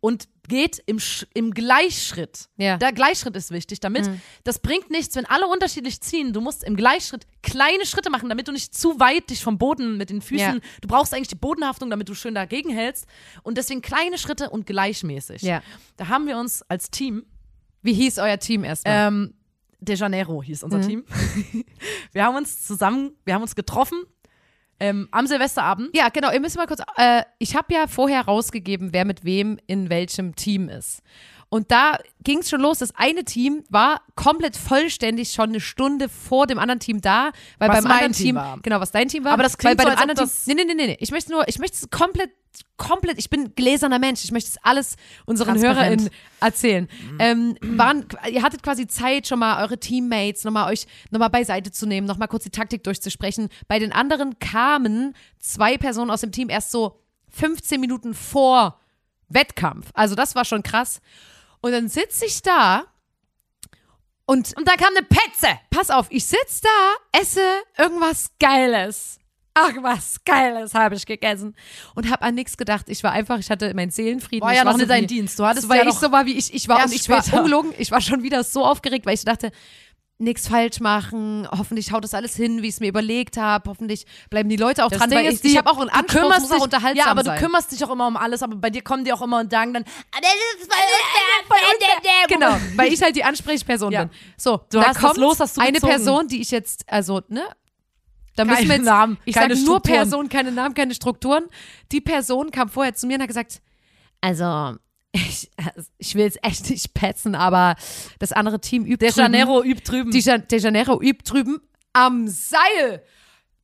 Speaker 2: und geht im, Sch im Gleichschritt.
Speaker 3: Ja.
Speaker 2: Der Gleichschritt ist wichtig, damit das bringt nichts, wenn alle unterschiedlich ziehen. Du musst im Gleichschritt kleine Schritte machen, damit du nicht zu weit dich vom Boden mit den Füßen.
Speaker 3: Ja.
Speaker 2: Du brauchst eigentlich die Bodenhaftung, damit du schön dagegen hältst. Und deswegen kleine Schritte und gleichmäßig.
Speaker 3: Ja.
Speaker 2: Da haben wir uns als Team,
Speaker 3: Wie hieß euer Team erstmal?
Speaker 2: ähm, De Janeiro hieß unser Team. wir haben uns zusammen, wir haben uns getroffen ähm, am Silvesterabend.
Speaker 3: Ja, genau. Ihr müsst mal kurz. Äh, ich habe ja vorher rausgegeben, wer mit wem in welchem Team ist. Und da ging es schon los. Das eine Team war komplett vollständig schon eine Stunde vor dem anderen Team da, weil
Speaker 2: Was
Speaker 3: beim
Speaker 2: mein
Speaker 3: anderen
Speaker 2: Team
Speaker 3: Team,
Speaker 2: war.
Speaker 3: genau, was dein Team war.
Speaker 2: Aber das klingt
Speaker 3: weil bei
Speaker 2: so,
Speaker 3: dem
Speaker 2: als ob
Speaker 3: anderen
Speaker 2: das-
Speaker 3: Team. Nee, nee, nee, nee. Ich möchte nur, ich möchte es komplett, komplett, ich bin gläserner Mensch. Ich möchte es alles unseren
Speaker 2: Transparent.
Speaker 3: HörerInnen erzählen. Ähm, waren, ihr hattet quasi Zeit, schon mal eure Teammates nochmal euch nochmal beiseite zu nehmen, nochmal kurz die Taktik durchzusprechen. Bei den anderen kamen zwei Personen aus dem Team erst so 15 Minuten vor Wettkampf. Also das war schon krass. Und dann sitze ich da und
Speaker 2: Und dann kam eine Petze.
Speaker 3: pass auf, ich sitz da, esse irgendwas Geiles. Ach, was Geiles habe ich gegessen. Und habe an nichts gedacht. Ich war einfach, ich hatte meinen Seelenfrieden.
Speaker 2: War ja
Speaker 3: ich
Speaker 2: noch
Speaker 3: so
Speaker 2: nicht dein
Speaker 3: wie-
Speaker 2: Dienst. Du hattest
Speaker 3: so, weil
Speaker 2: ja
Speaker 3: ich
Speaker 2: noch
Speaker 3: so war, wie ich, ich war.
Speaker 2: erst
Speaker 3: Und ich
Speaker 2: später.
Speaker 3: war ungelogen, ich war schon wieder so aufgeregt, weil ich dachte, nichts falsch machen. Hoffentlich haut das alles hin, wie ich es mir überlegt habe. Hoffentlich bleiben die Leute auch dran. weil ich, ich habe auch einen Anspruch, es muss auch unterhaltsam
Speaker 2: Ja, aber
Speaker 3: sein.
Speaker 2: du kümmerst dich auch immer um alles, aber bei dir kommen die auch immer und sagen dann,
Speaker 3: genau, weil ich halt die Ansprechperson
Speaker 2: Ja.
Speaker 3: bin. So,
Speaker 2: Du
Speaker 3: da
Speaker 2: hast das
Speaker 3: kommt
Speaker 2: Los, hast du
Speaker 3: eine
Speaker 2: gezogen.
Speaker 3: Person, die ich jetzt, also, ne? Da
Speaker 2: Keine
Speaker 3: müssen wir jetzt,
Speaker 2: Namen,
Speaker 3: ich
Speaker 2: keine
Speaker 3: sage nur
Speaker 2: Strukturen.
Speaker 3: Person, keine Namen, keine Strukturen. Die Person kam vorher zu mir und hat gesagt, also, ich, ich will jetzt echt nicht petzen, aber das andere Team übt
Speaker 2: De
Speaker 3: drüben.
Speaker 2: Janeiro übt drüben.
Speaker 3: Die Ja- De Janeiro übt drüben am Seil.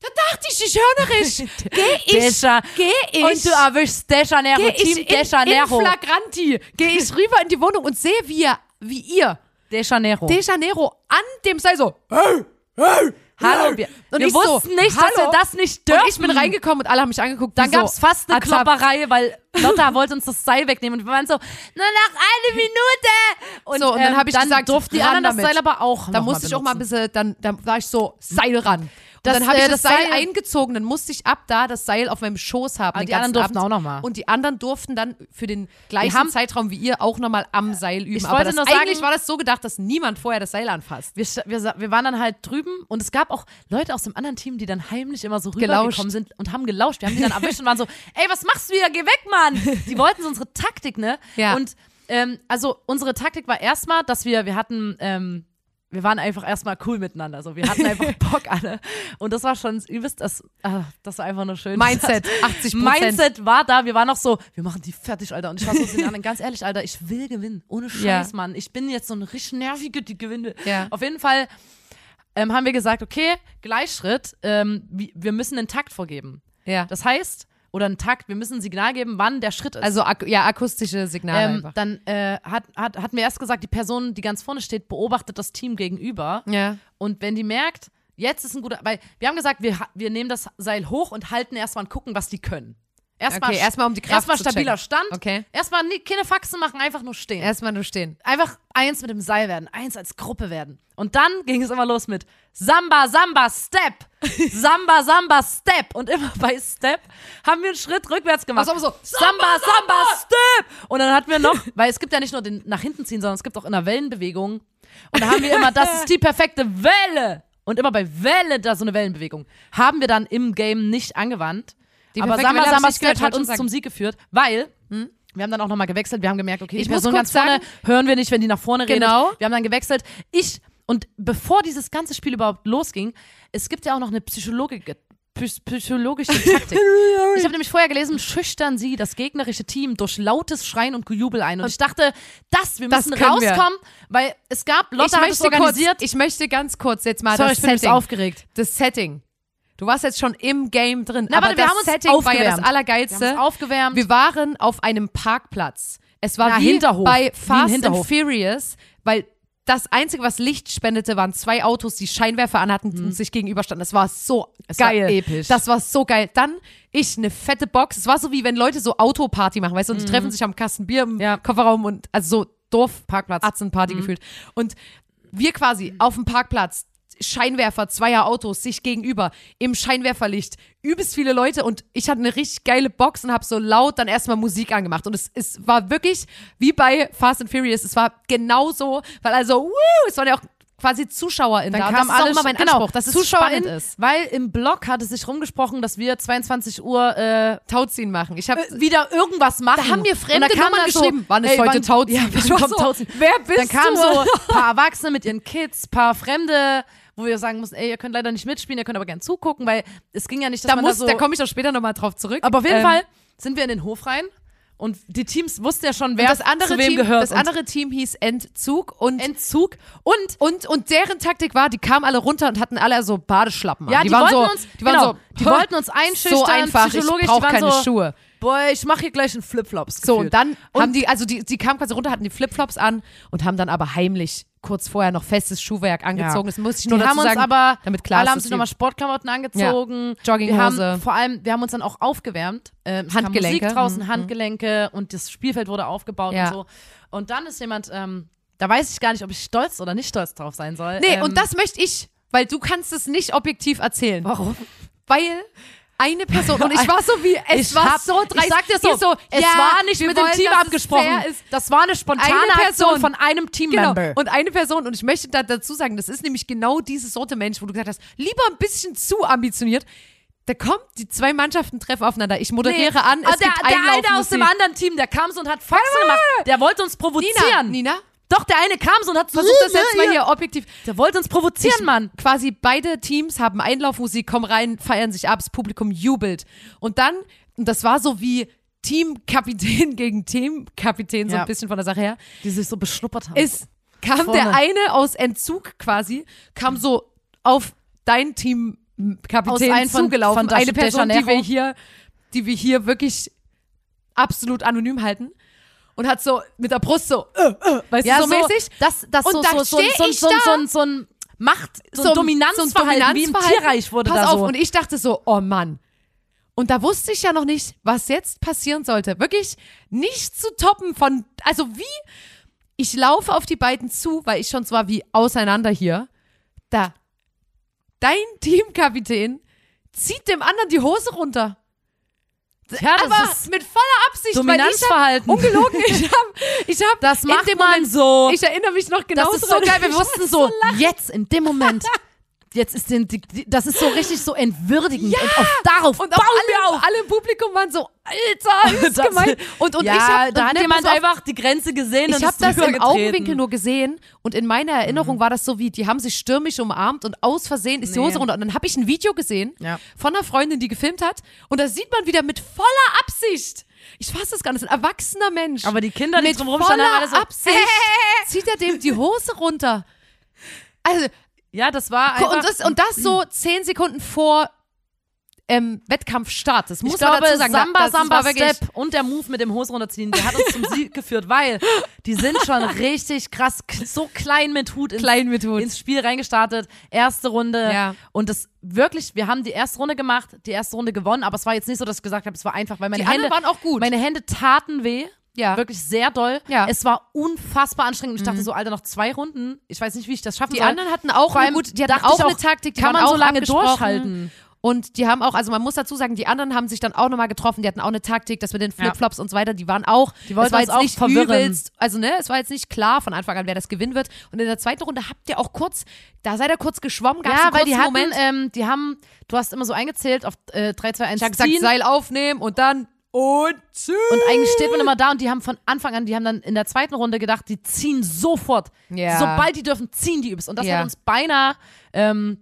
Speaker 3: Da dachte ich, ich höre noch ich. Geh ich,
Speaker 2: De Ja-
Speaker 3: geh ich.
Speaker 2: und du erwischst De Janeiro,
Speaker 3: Gehe ich
Speaker 2: Team De
Speaker 3: in, in
Speaker 2: Janeiro.
Speaker 3: Flagranti, gehe ich rüber in die Wohnung und sehe, wie ihr, wie ihr
Speaker 2: De Janeiro.
Speaker 3: De Janeiro an dem Seil so.
Speaker 2: Hallo, wir,
Speaker 3: Und
Speaker 2: wir
Speaker 3: ich so,
Speaker 2: wussten nicht, dass wir
Speaker 3: hallo?
Speaker 2: das nicht
Speaker 3: Und
Speaker 2: dürfen.
Speaker 3: ich bin reingekommen und alle haben mich angeguckt.
Speaker 2: Dann
Speaker 3: wie so,
Speaker 2: gab's fast eine
Speaker 3: als hab-
Speaker 2: Klopperei, weil Lotta wollte uns das Seil wegnehmen und wir waren so, nur noch eine Minute. Und, ähm,
Speaker 3: So, und dann hab ich gesagt,
Speaker 2: durften die
Speaker 3: ran
Speaker 2: anderen das
Speaker 3: damit.
Speaker 2: Seil aber auch
Speaker 3: Da
Speaker 2: noch
Speaker 3: musste ich auch mal ein
Speaker 2: benutzen.
Speaker 3: bisschen, dann, dann war ich so Seil ran. Und
Speaker 2: Das,
Speaker 3: dann habe ich
Speaker 2: äh,
Speaker 3: das,
Speaker 2: das
Speaker 3: Seil
Speaker 2: Seil-
Speaker 3: eingezogen, dann musste ich ab da das Seil auf meinem Schoß haben.
Speaker 2: Ah,
Speaker 3: den
Speaker 2: die anderen
Speaker 3: ganzen
Speaker 2: durften
Speaker 3: Abend.
Speaker 2: auch noch mal.
Speaker 3: Und die anderen durften dann für den gleichen
Speaker 2: haben-
Speaker 3: Zeitraum wie ihr auch nochmal am Seil üben. Aber
Speaker 2: wollte
Speaker 3: das,
Speaker 2: nur sagen-
Speaker 3: eigentlich war das so gedacht, dass niemand vorher das Seil anfasst.
Speaker 2: wir, sta- wir, sa- wir waren dann halt drüben und es gab auch Leute aus dem anderen Team, die dann heimlich immer so rübergekommen
Speaker 3: Gelauscht.
Speaker 2: sind und haben gelauscht. Wir haben die dann erwischt und waren so, ey, was machst du wieder? Geh weg, Mann! Die wollten so unsere Taktik, ne?
Speaker 3: Ja.
Speaker 2: Und ähm, also unsere Taktik war erstmal, dass wir, wir hatten ähm, wir waren einfach erstmal cool miteinander. So, wir hatten einfach Bock alle. Und das war schon übelst, das, ah, das war einfach nur schön.
Speaker 3: Mindset, 80 Mindset.
Speaker 2: Mindset war da, wir waren noch so, wir machen die fertig, Alter. Und ich war so zu den anderen, ganz ehrlich, Alter, ich will gewinnen. Ohne Scheiß,
Speaker 3: Ja.
Speaker 2: Mann. Ich bin jetzt so eine richtig nervige, die gewinne.
Speaker 3: Ja.
Speaker 2: Auf jeden Fall ähm, haben wir gesagt, okay, Gleichschritt, ähm, wie- wir müssen einen Takt vorgeben.
Speaker 3: Ja.
Speaker 2: Das heißt, oder einen Takt, wir müssen ein Signal geben, wann der Schritt ist.
Speaker 3: Also ak ja, akustische Signale
Speaker 2: ähm,
Speaker 3: einfach.
Speaker 2: dann äh, hat, hat, hatten wir erst gesagt, die Person, die ganz vorne steht, beobachtet das Team gegenüber.
Speaker 3: Ja.
Speaker 2: Und wenn die merkt, jetzt ist ein guter, weil wir haben gesagt, wir, ha- wir nehmen das Seil hoch und halten erstmal und gucken, was die können. Erstmal
Speaker 3: Okay, erstmal um die Kraft
Speaker 2: erstmal
Speaker 3: zu checken.
Speaker 2: stabiler Stand.
Speaker 3: Okay.
Speaker 2: Erstmal nie- keine Faxen machen, einfach nur stehen.
Speaker 3: Erstmal nur stehen.
Speaker 2: einfach eins mit dem Seil werden, eins als Gruppe werden. Und dann ging es immer los mit Samba, Samba, Step. Samba, Samba, Step. Und immer bei Step haben wir einen Schritt rückwärts gemacht.
Speaker 3: Ach so, Also immer so,
Speaker 2: Samba, Samba, Step. Und dann hatten wir noch, weil es gibt ja nicht nur den nach hinten ziehen, sondern es gibt auch in der Wellenbewegung. Und da haben wir immer, das ist die perfekte Welle. Und immer bei Welle, da so eine Wellenbewegung, haben wir dann im Game nicht angewandt.
Speaker 3: Die
Speaker 2: Aber
Speaker 3: perfekte
Speaker 2: Samba,
Speaker 3: Welle hab ich
Speaker 2: Samba,
Speaker 3: nicht gehört,
Speaker 2: Step hat
Speaker 3: wollte
Speaker 2: uns
Speaker 3: ich schon Hm?
Speaker 2: zum Sieg geführt, weil wir haben dann auch nochmal gewechselt. Wir haben gemerkt, okay,
Speaker 3: Ich
Speaker 2: die
Speaker 3: muss
Speaker 2: Person ganz
Speaker 3: kurz
Speaker 2: vorne
Speaker 3: sagen-
Speaker 2: hören wir nicht, wenn die nach vorne redet.
Speaker 3: Genau.
Speaker 2: Wir haben dann gewechselt. Ich, und bevor dieses ganze Spiel überhaupt losging, es gibt ja auch noch eine Psychologi psy- psychologische Taktik. ich habe nämlich vorher gelesen, schüchtern sie das gegnerische Team durch lautes Schreien und Gejubel ein. Und ich dachte, das, wir
Speaker 3: Das
Speaker 2: müssen
Speaker 3: können wir.
Speaker 2: rauskommen, weil es gab,
Speaker 3: Ich
Speaker 2: Lotta hat es
Speaker 3: möchte, kurz,
Speaker 2: organisiert.
Speaker 3: ich möchte ganz kurz jetzt mal
Speaker 2: Sorry,
Speaker 3: das
Speaker 2: ich bin ein bisschen
Speaker 3: Setting.
Speaker 2: aufgeregt.
Speaker 3: das Setting. Du warst jetzt schon im Game drin,
Speaker 2: Na,
Speaker 3: aber
Speaker 2: warte, wir
Speaker 3: das
Speaker 2: haben uns
Speaker 3: Setting war ja das
Speaker 2: aufgewärmt.
Speaker 3: Allergeilste.
Speaker 2: Wir haben uns aufgewärmt.
Speaker 3: Wir waren auf einem Parkplatz. Es war
Speaker 2: Na,
Speaker 3: wie
Speaker 2: Hinterhof. Wie
Speaker 3: bei
Speaker 2: ein
Speaker 3: Fast and
Speaker 2: Hinterhof.
Speaker 3: Furious, weil das Einzige, was Licht spendete, waren zwei Autos, die Scheinwerfer anhatten und sich gegenüberstanden. Das war so
Speaker 2: Mhm. war
Speaker 3: geil.
Speaker 2: episch.
Speaker 3: Das war so geil. Dann ich eine fette Box. Es war so wie wenn Leute so Autoparty machen, weißt du, und die treffen sich am Kasten Bier im
Speaker 2: Ja.
Speaker 3: Kofferraum und also so Dorf Parkplatz, Atzenparty gefühlt. Und wir quasi auf dem Parkplatz, Scheinwerfer zweier Autos sich gegenüber, im Scheinwerferlicht, übelst viele Leute und ich hatte eine richtig geile Box und habe so laut dann erstmal Musik angemacht und es, es war wirklich wie bei Fast and Furious, es war genauso, weil also, wuh, es waren ja auch quasi ZuschauerInnen da.
Speaker 2: Dann
Speaker 3: Und
Speaker 2: kam
Speaker 3: das ist auch
Speaker 2: alles,
Speaker 3: immer mein
Speaker 2: genau,
Speaker 3: Anspruch, dass es
Speaker 2: ZuschauerInnen,
Speaker 3: spannend ist.
Speaker 2: Weil im Blog hatte sich rumgesprochen, dass wir 22 Uhr äh,
Speaker 3: Tauziehen machen. Ich habe
Speaker 2: wieder irgendwas machen.
Speaker 3: Da haben mir fremde
Speaker 2: Und dann kam
Speaker 3: Nummern
Speaker 2: dann so,
Speaker 3: geschrieben. Wann ist
Speaker 2: ey,
Speaker 3: heute
Speaker 2: wann-
Speaker 3: Tauziehen?
Speaker 2: Ja, wann
Speaker 3: Ich war
Speaker 2: kommt
Speaker 3: so,
Speaker 2: Tauziehen?
Speaker 3: wer bist
Speaker 2: Dann kamen
Speaker 3: du?
Speaker 2: so paar Erwachsene mit ihren Kids, paar Fremde, wo wir sagen mussten, ey, ihr könnt leider nicht mitspielen, ihr könnt aber gern zugucken, weil es ging ja nicht, dass
Speaker 3: da,
Speaker 2: man
Speaker 3: muss,
Speaker 2: da so...
Speaker 3: da komme ich doch später nochmal drauf zurück.
Speaker 2: aber auf jeden
Speaker 3: Ähm,
Speaker 2: Fall sind wir in den Hof rein und die Teams wussten ja schon, wer
Speaker 3: und das andere
Speaker 2: zu wem
Speaker 3: Team,
Speaker 2: gehört.
Speaker 3: Das
Speaker 2: und
Speaker 3: andere Team hieß Entzug und
Speaker 2: Entzug und...
Speaker 3: Und, und deren Taktik war, die kamen alle runter und hatten alle so Badeschlappen an.
Speaker 2: Ja, die,
Speaker 3: waren
Speaker 2: wollten
Speaker 3: so,
Speaker 2: uns,
Speaker 3: die waren
Speaker 2: genau,
Speaker 3: so,
Speaker 2: die wollten uns einschüchtern,
Speaker 3: so einfach,
Speaker 2: psychologisch,
Speaker 3: ich brauch
Speaker 2: die waren
Speaker 3: keine
Speaker 2: so,
Speaker 3: Schuhe.
Speaker 2: Boah, ich mache hier gleich einen Flipflops.
Speaker 3: So,
Speaker 2: gefühlt.
Speaker 3: und dann haben die, also die, die kamen quasi runter, hatten die Flipflops an und haben dann aber heimlich kurz vorher noch festes Schuhwerk angezogen. Das muss ich nur
Speaker 2: die
Speaker 3: dazu
Speaker 2: haben uns
Speaker 3: sagen,
Speaker 2: aber,
Speaker 3: damit klar
Speaker 2: alle
Speaker 3: ist,
Speaker 2: haben
Speaker 3: dass
Speaker 2: sich
Speaker 3: wir-
Speaker 2: nochmal Sportklamotten angezogen.
Speaker 3: Jogginghose.
Speaker 2: Wir haben vor allem, wir haben uns dann auch aufgewärmt. Ähm, es kam
Speaker 3: Handgelenke.
Speaker 2: Musik draußen, Handgelenke und das Spielfeld wurde aufgebaut
Speaker 3: Ja.
Speaker 2: und so. Und dann ist jemand, ähm, da weiß ich gar nicht, ob ich stolz oder nicht stolz drauf sein soll.
Speaker 3: Nee,
Speaker 2: ähm,
Speaker 3: und das möchte ich, weil du kannst es nicht objektiv erzählen.
Speaker 2: Warum?
Speaker 3: Weil eine Person, und ich war so wie, es
Speaker 2: ich
Speaker 3: war
Speaker 2: hab,
Speaker 3: so dreist.
Speaker 2: Ich sag dir so,
Speaker 3: Hier so
Speaker 2: es
Speaker 3: ja,
Speaker 2: war nicht
Speaker 3: wir
Speaker 2: mit dem
Speaker 3: wollen,
Speaker 2: Team
Speaker 3: dass es
Speaker 2: abgesprochen.
Speaker 3: fair Ist.
Speaker 2: Das war eine spontane
Speaker 3: Eine Person.
Speaker 2: Aktion von einem Teammember.
Speaker 3: Genau. Und eine Person, und ich möchte da dazu sagen, das ist nämlich genau diese Sorte Mensch, wo du gesagt hast, lieber ein bisschen zu ambitioniert. Da kommt, die zwei Mannschaften treffen aufeinander. Ich moderiere an, es
Speaker 2: Ah, der,
Speaker 3: gibt
Speaker 2: der eine aus
Speaker 3: Einlaufmusik.
Speaker 2: dem anderen Team, der kam so und hat Faxen gemacht. Der wollte uns
Speaker 3: Nina,
Speaker 2: provozieren.
Speaker 3: Nina,
Speaker 2: Doch, der eine kam so und hat
Speaker 3: versuch das jetzt mal hier objektiv.
Speaker 2: Der wollte uns provozieren,
Speaker 3: Ich-
Speaker 2: Mann.
Speaker 3: Quasi beide Teams haben Einlaufmusik, kommen rein, feiern sich ab, das Publikum jubelt. Und dann, und das war so wie Teamkapitän gegen Teamkapitän, so
Speaker 2: Ja.
Speaker 3: ein bisschen von der Sache her.
Speaker 2: Die sich so beschnuppert haben.
Speaker 3: ist, kam
Speaker 2: Vorne.
Speaker 3: der eine aus Entzug quasi, kam so auf dein Team m,
Speaker 2: Aus
Speaker 3: Kapitän
Speaker 2: einem von-
Speaker 3: zugelaufen.
Speaker 2: von
Speaker 3: eine
Speaker 2: Dash-
Speaker 3: Person, die
Speaker 2: Dejanero.
Speaker 3: wir hier, die wir hier wirklich absolut anonym halten. Und hat so mit der Brust so, äh, äh, weißt
Speaker 2: ja,
Speaker 3: du, so, mäßig.
Speaker 2: Das, das
Speaker 3: Und
Speaker 2: so,
Speaker 3: dann
Speaker 2: so, so,
Speaker 3: steh
Speaker 2: so,
Speaker 3: ich
Speaker 2: so,
Speaker 3: da.
Speaker 2: so, ein- so ein Macht, so, ein Dominanzverhalten, wie im
Speaker 3: Dominanzverhalten.
Speaker 2: Tierreich wurde
Speaker 3: Pass
Speaker 2: da
Speaker 3: auf,
Speaker 2: so.
Speaker 3: und ich dachte so, oh Mann. Und da wusste ich ja noch nicht, was jetzt passieren sollte. Wirklich nicht zu toppen von, also wie, ich laufe auf die beiden zu, weil ich schon zwar wie auseinander hier. Da, dein Teamkapitän zieht dem anderen die Hose runter.
Speaker 2: ja, das
Speaker 3: Aber
Speaker 2: ist
Speaker 3: mit voller Absicht,
Speaker 2: Dominanzverhalten.
Speaker 3: weil ich hab, ungelogen, ich habe, ich hab
Speaker 2: das
Speaker 3: in
Speaker 2: macht
Speaker 3: dem
Speaker 2: man
Speaker 3: Moment,
Speaker 2: so.
Speaker 3: ich erinnere mich noch genau
Speaker 2: das ist so
Speaker 3: dran.
Speaker 2: geil. Wir
Speaker 3: Ich
Speaker 2: wussten
Speaker 3: war
Speaker 2: so, jetzt, in dem Moment, jetzt ist den, die, die- das ist so richtig so entwürdigend und auf, darauf
Speaker 3: Und
Speaker 2: bauen
Speaker 3: auch
Speaker 2: wir
Speaker 3: alle,
Speaker 2: auf.
Speaker 3: alle im Publikum waren so, Alter, ist
Speaker 2: Das-
Speaker 3: gemeint. Und, und
Speaker 2: ja,
Speaker 3: ich hab,
Speaker 2: da
Speaker 3: und
Speaker 2: hat
Speaker 3: ne,
Speaker 2: jemand
Speaker 3: pass auf,
Speaker 2: einfach die Grenze gesehen und
Speaker 3: ich habe
Speaker 2: ist
Speaker 3: das im
Speaker 2: drüber
Speaker 3: Augenwinkel
Speaker 2: getreten. Mhm.
Speaker 3: nur gesehen und in meiner Erinnerung war das so wie, die haben sich stürmisch umarmt und aus Versehen ist die
Speaker 2: Nee.
Speaker 3: Hose runter. Und dann habe ich ein Video gesehen
Speaker 2: Ja.
Speaker 3: von einer Freundin, die gefilmt hat und da sieht man wieder mit voller Absicht. Ich fasse das gar nicht, ein erwachsener Mensch.
Speaker 2: Aber die Kinder, die
Speaker 3: mit
Speaker 2: drumherum
Speaker 3: voller
Speaker 2: standen, haben alle so,
Speaker 3: Absicht zieht er dem die Hose runter. Also,
Speaker 2: Ja, das war einfach.
Speaker 3: und, das, und das so zehn Sekunden vor ähm, Wettkampfstart. Das muss
Speaker 2: ich glaube,
Speaker 3: man dazu sagen. Da-
Speaker 2: Samba,
Speaker 3: das war
Speaker 2: Samba
Speaker 3: wirklich-
Speaker 2: Step und der Move mit dem Hose runterziehen, der hat uns zum Sieg geführt, weil die sind schon richtig krass, k- so klein mit Hut ins,
Speaker 3: Klein mit Hut.
Speaker 2: ins Spiel reingestartet. Erste Runde.
Speaker 3: Ja.
Speaker 2: Und das wirklich, wir haben die erste Runde gemacht, die erste Runde gewonnen, aber es war jetzt nicht so, dass ich gesagt habe, es war einfach, weil meine
Speaker 3: Die
Speaker 2: Hände,
Speaker 3: anderen waren auch gut.
Speaker 2: meine Hände taten weh.
Speaker 3: ja.
Speaker 2: Wirklich sehr doll.
Speaker 3: Ja. Mhm.
Speaker 2: Es war unfassbar anstrengend. Und ich dachte so, Alter, noch zwei Runden. Ich weiß nicht, wie ich das schaffen
Speaker 3: Die
Speaker 2: soll.
Speaker 3: anderen hatten auch
Speaker 2: Vor
Speaker 3: eine
Speaker 2: allem
Speaker 3: gute, die hatten
Speaker 2: dachte
Speaker 3: auch
Speaker 2: ich
Speaker 3: eine
Speaker 2: auch,
Speaker 3: Taktik, die
Speaker 2: kann
Speaker 3: waren
Speaker 2: man so
Speaker 3: auch
Speaker 2: lange
Speaker 3: abgesprochen.
Speaker 2: durchhalten?
Speaker 3: Und die haben auch, also man muss dazu sagen, die anderen haben sich dann auch nochmal getroffen, die hatten auch eine Taktik, dass mit den Flipflops und so weiter, die waren auch,
Speaker 2: Die wollten
Speaker 3: es war
Speaker 2: uns
Speaker 3: jetzt
Speaker 2: auch
Speaker 3: nicht
Speaker 2: verwirren.
Speaker 3: übelst, also ne, es war jetzt nicht klar von Anfang an, wer das gewinnen wird. Und in der zweiten Runde habt ihr auch kurz, da seid ihr kurz geschwommen, gab es
Speaker 2: ja,
Speaker 3: einen
Speaker 2: weil die
Speaker 3: kurzen
Speaker 2: hatten,
Speaker 3: Moment.
Speaker 2: ähm, die haben, du hast immer so eingezählt auf äh, 3, 2, 1,
Speaker 3: ich habe gesagt,
Speaker 2: ziehen.
Speaker 3: Seil aufnehmen und dann und ziehen.
Speaker 2: Und eigentlich steht man immer da und die haben von Anfang an, die haben dann in der zweiten Runde gedacht, die ziehen sofort.
Speaker 3: Ja.
Speaker 2: Sobald die dürfen, ziehen die übelst. Und das
Speaker 3: Ja.
Speaker 2: hat uns beinahe ähm,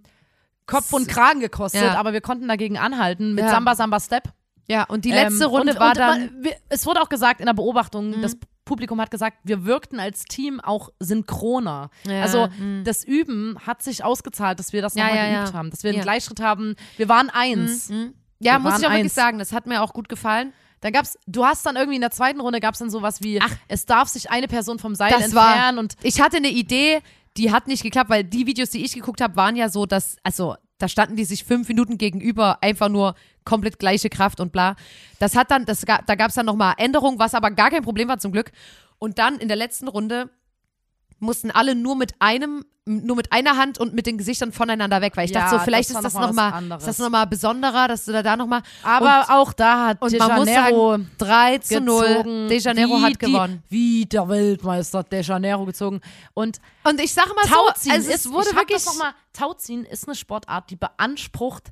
Speaker 2: Kopf und Kragen gekostet,
Speaker 3: Ja.
Speaker 2: aber wir konnten dagegen anhalten mit
Speaker 3: Ja.
Speaker 2: Samba Samba Step.
Speaker 3: ja, und die letzte
Speaker 2: Ähm,
Speaker 3: Runde
Speaker 2: und,
Speaker 3: war
Speaker 2: und,
Speaker 3: dann, Mhm.
Speaker 2: man- wir- Es wurde auch gesagt in der Beobachtung, das Publikum hat gesagt, wir wirkten als Team auch synchroner.
Speaker 3: Ja, mhm.
Speaker 2: also das Üben hat sich ausgezahlt, dass wir das
Speaker 3: Ja,
Speaker 2: nochmal
Speaker 3: ja,
Speaker 2: geübt
Speaker 3: ja.
Speaker 2: haben, dass wir einen
Speaker 3: Ja. Mhm,
Speaker 2: Gleichschritt haben. Wir waren eins.
Speaker 3: ja,
Speaker 2: wir
Speaker 3: muss
Speaker 2: waren
Speaker 3: ich auch wirklich
Speaker 2: eins.
Speaker 3: sagen, das hat mir auch gut gefallen.
Speaker 2: Dann gab's, du hast dann irgendwie in der zweiten Runde gab's dann sowas wie,
Speaker 3: Ach.
Speaker 2: es darf sich eine Person vom Seil
Speaker 3: das war,
Speaker 2: entfernen und
Speaker 3: ich hatte eine Idee, die hat nicht geklappt, weil die Videos, die ich geguckt habe, waren ja so, dass, also da standen die sich fünf Minuten gegenüber, einfach nur komplett gleiche Kraft und bla. Das hat dann, das, ga- da gab es dann nochmal Änderungen, was aber gar kein Problem war zum Glück. Und dann in der letzten Runde mussten alle nur mit einem, nur mit einer Hand und mit den Gesichtern voneinander weg, weil ich
Speaker 2: Ja,
Speaker 3: dachte so,
Speaker 2: das
Speaker 3: vielleicht
Speaker 2: war
Speaker 3: ist das
Speaker 2: noch mal was
Speaker 3: nochmal,
Speaker 2: anderes.
Speaker 3: ist das nochmal besonderer, dass du da, da nochmal.
Speaker 2: aber auch da hat
Speaker 3: und
Speaker 2: De
Speaker 3: man muss
Speaker 2: Janeiro
Speaker 3: sagen, 3 zu 0,
Speaker 2: gezogen,
Speaker 3: De Janeiro
Speaker 2: wie
Speaker 3: hat
Speaker 2: die-
Speaker 3: gewonnen.
Speaker 2: Wie der Weltmeister De Janeiro gezogen. Und
Speaker 3: Und ich sag mal
Speaker 2: Tauziehen
Speaker 3: so, also
Speaker 2: ist,
Speaker 3: es wurde
Speaker 2: ich hab
Speaker 3: wirklich
Speaker 2: das noch mal, Tauziehen ist eine Sportart, die beansprucht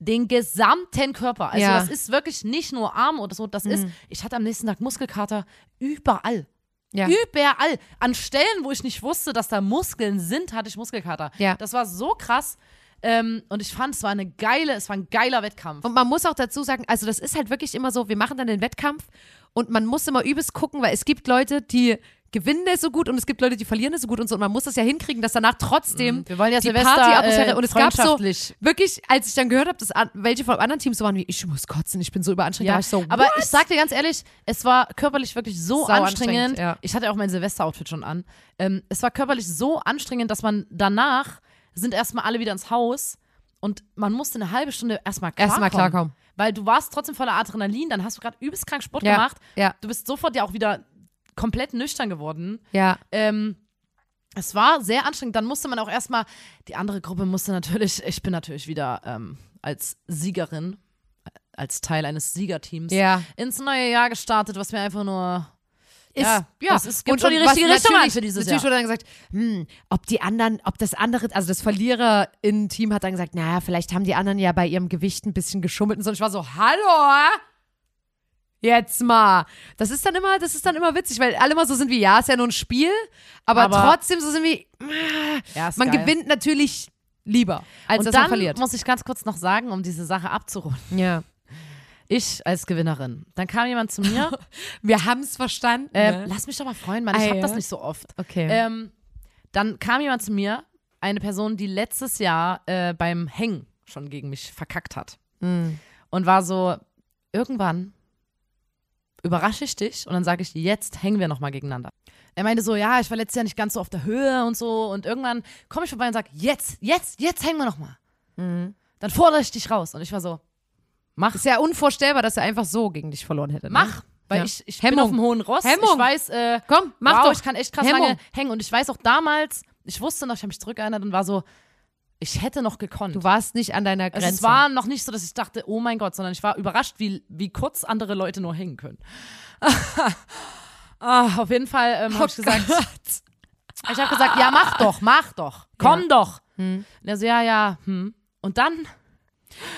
Speaker 2: den gesamten Körper. Also
Speaker 3: Ja.
Speaker 2: das
Speaker 3: Mhm.
Speaker 2: ist wirklich nicht nur Arm oder so, das ist, ich hatte am nächsten Tag Muskelkater überall.
Speaker 3: Ja.
Speaker 2: Überall. An Stellen, wo ich nicht wusste, dass da Muskeln sind, hatte ich Muskelkater.
Speaker 3: Ja.
Speaker 2: Das war so krass. Ähm, und ich fand, es war eine geile, es war ein geiler Wettkampf.
Speaker 3: Und man muss auch dazu sagen, also das ist halt wirklich immer so, wir machen dann den Wettkampf und man muss immer übelst gucken, weil es gibt Leute, die gewinnen das so gut und es gibt Leute, die verlieren das so gut und so und man muss das ja hinkriegen, dass danach trotzdem
Speaker 2: Mhm, Wir wollen ja
Speaker 3: die
Speaker 2: Silvester,
Speaker 3: Partyatmosphäre
Speaker 2: äh,
Speaker 3: und es gab so
Speaker 2: freundschaftlich.
Speaker 3: wirklich, als ich dann gehört habe, dass an- welche von anderen Teams so waren, wie ich muss kotzen, ich bin so überanstrengt, da war ich so,
Speaker 2: aber
Speaker 3: what?
Speaker 2: ich sag dir ganz ehrlich, es war körperlich wirklich so
Speaker 3: Sau
Speaker 2: anstrengend.
Speaker 3: anstrengend, ja.
Speaker 2: Ich hatte auch mein Silvesteroutfit schon an. Ähm, es war körperlich so anstrengend, dass man danach sind erstmal alle wieder ins Haus und man musste eine halbe Stunde erstmal klarkommen.
Speaker 3: Erstmal klarkommen.
Speaker 2: Weil du warst trotzdem voller Adrenalin, dann hast du gerade übelst krank Sport
Speaker 3: ja,
Speaker 2: gemacht.
Speaker 3: ja,
Speaker 2: Du bist sofort ja auch wieder komplett nüchtern geworden.
Speaker 3: ja,
Speaker 2: Ähm, es war sehr anstrengend. Dann musste man auch erstmal, die andere Gruppe musste natürlich, ich bin natürlich wieder ähm, als Siegerin, äh, als Teil eines Siegerteams,
Speaker 3: ja.
Speaker 2: ins neue Jahr gestartet, was mir einfach nur.
Speaker 3: Ist,
Speaker 2: ja,
Speaker 3: ja,
Speaker 2: das ist- gibt schon die richtige
Speaker 3: was
Speaker 2: Richtung an
Speaker 3: natürlich-
Speaker 2: für dieses
Speaker 3: Natürlich
Speaker 2: Jahr.
Speaker 3: wurde dann gesagt, hm, ob die anderen, ob das andere, also das Verlierer-Team hat dann gesagt, naja, vielleicht haben die anderen ja bei ihrem Gewicht ein bisschen geschummelt und so. Und ich war so, hallo? Jetzt mal. Das ist dann immer, das ist dann immer witzig, weil alle immer so sind wie, ja, ist ja nur ein Spiel, aber,
Speaker 2: Aber-
Speaker 3: trotzdem so sind wie,
Speaker 2: Ja, ist
Speaker 3: man
Speaker 2: geil.
Speaker 3: gewinnt natürlich lieber, als
Speaker 2: Und
Speaker 3: dass
Speaker 2: dann
Speaker 3: man verliert.
Speaker 2: muss ich ganz kurz noch sagen, um diese Sache abzurunden.
Speaker 3: Ja.
Speaker 2: Ich als Gewinnerin. Dann kam jemand zu mir.
Speaker 3: Wir haben es verstanden.
Speaker 2: ähm,
Speaker 3: ne? Äh,
Speaker 2: Lass mich doch mal freuen, Mann. Ich
Speaker 3: Ah,
Speaker 2: hab
Speaker 3: ja.
Speaker 2: das nicht so oft.
Speaker 3: Okay.
Speaker 2: Ähm, dann kam jemand zu mir, eine Person, die letztes Jahr äh, beim Hängen schon gegen mich verkackt hat. Hm. Und war so, irgendwann überrasche ich dich und dann sage ich, jetzt hängen wir nochmal gegeneinander. Er meinte so, ja, ich war letztes Jahr nicht ganz so auf der Höhe und so. Und irgendwann komme ich vorbei und sage, jetzt, jetzt, jetzt hängen wir nochmal.
Speaker 3: Mhm.
Speaker 2: Dann fordere ich dich raus. Und ich war so, mach.
Speaker 3: ist ja unvorstellbar, dass er einfach so gegen dich verloren hätte. Ne?
Speaker 2: Mach, weil
Speaker 3: Ja.
Speaker 2: ich, ich bin
Speaker 3: Hemmung.
Speaker 2: auf dem hohen Ross. Ich
Speaker 3: Hemmung.
Speaker 2: weiß, äh,
Speaker 3: Komm, mach
Speaker 2: wow,
Speaker 3: doch.
Speaker 2: ich kann echt krass
Speaker 3: Hemmung.
Speaker 2: lange hängen. Und ich weiß auch damals, ich wusste noch, ich habe mich zurückerinnert und war so, ich hätte noch gekonnt.
Speaker 3: Du warst nicht an deiner
Speaker 2: also
Speaker 3: Grenze.
Speaker 2: es war noch nicht so, dass ich dachte, oh mein Gott, sondern ich war überrascht, wie, wie kurz andere Leute nur hängen können. ah,
Speaker 3: Oh
Speaker 2: auf jeden Fall ähm, habe ich gesagt, ich habe gesagt, ja mach doch, mach doch, komm doch. Und er so, ja, ja, hm. Und dann,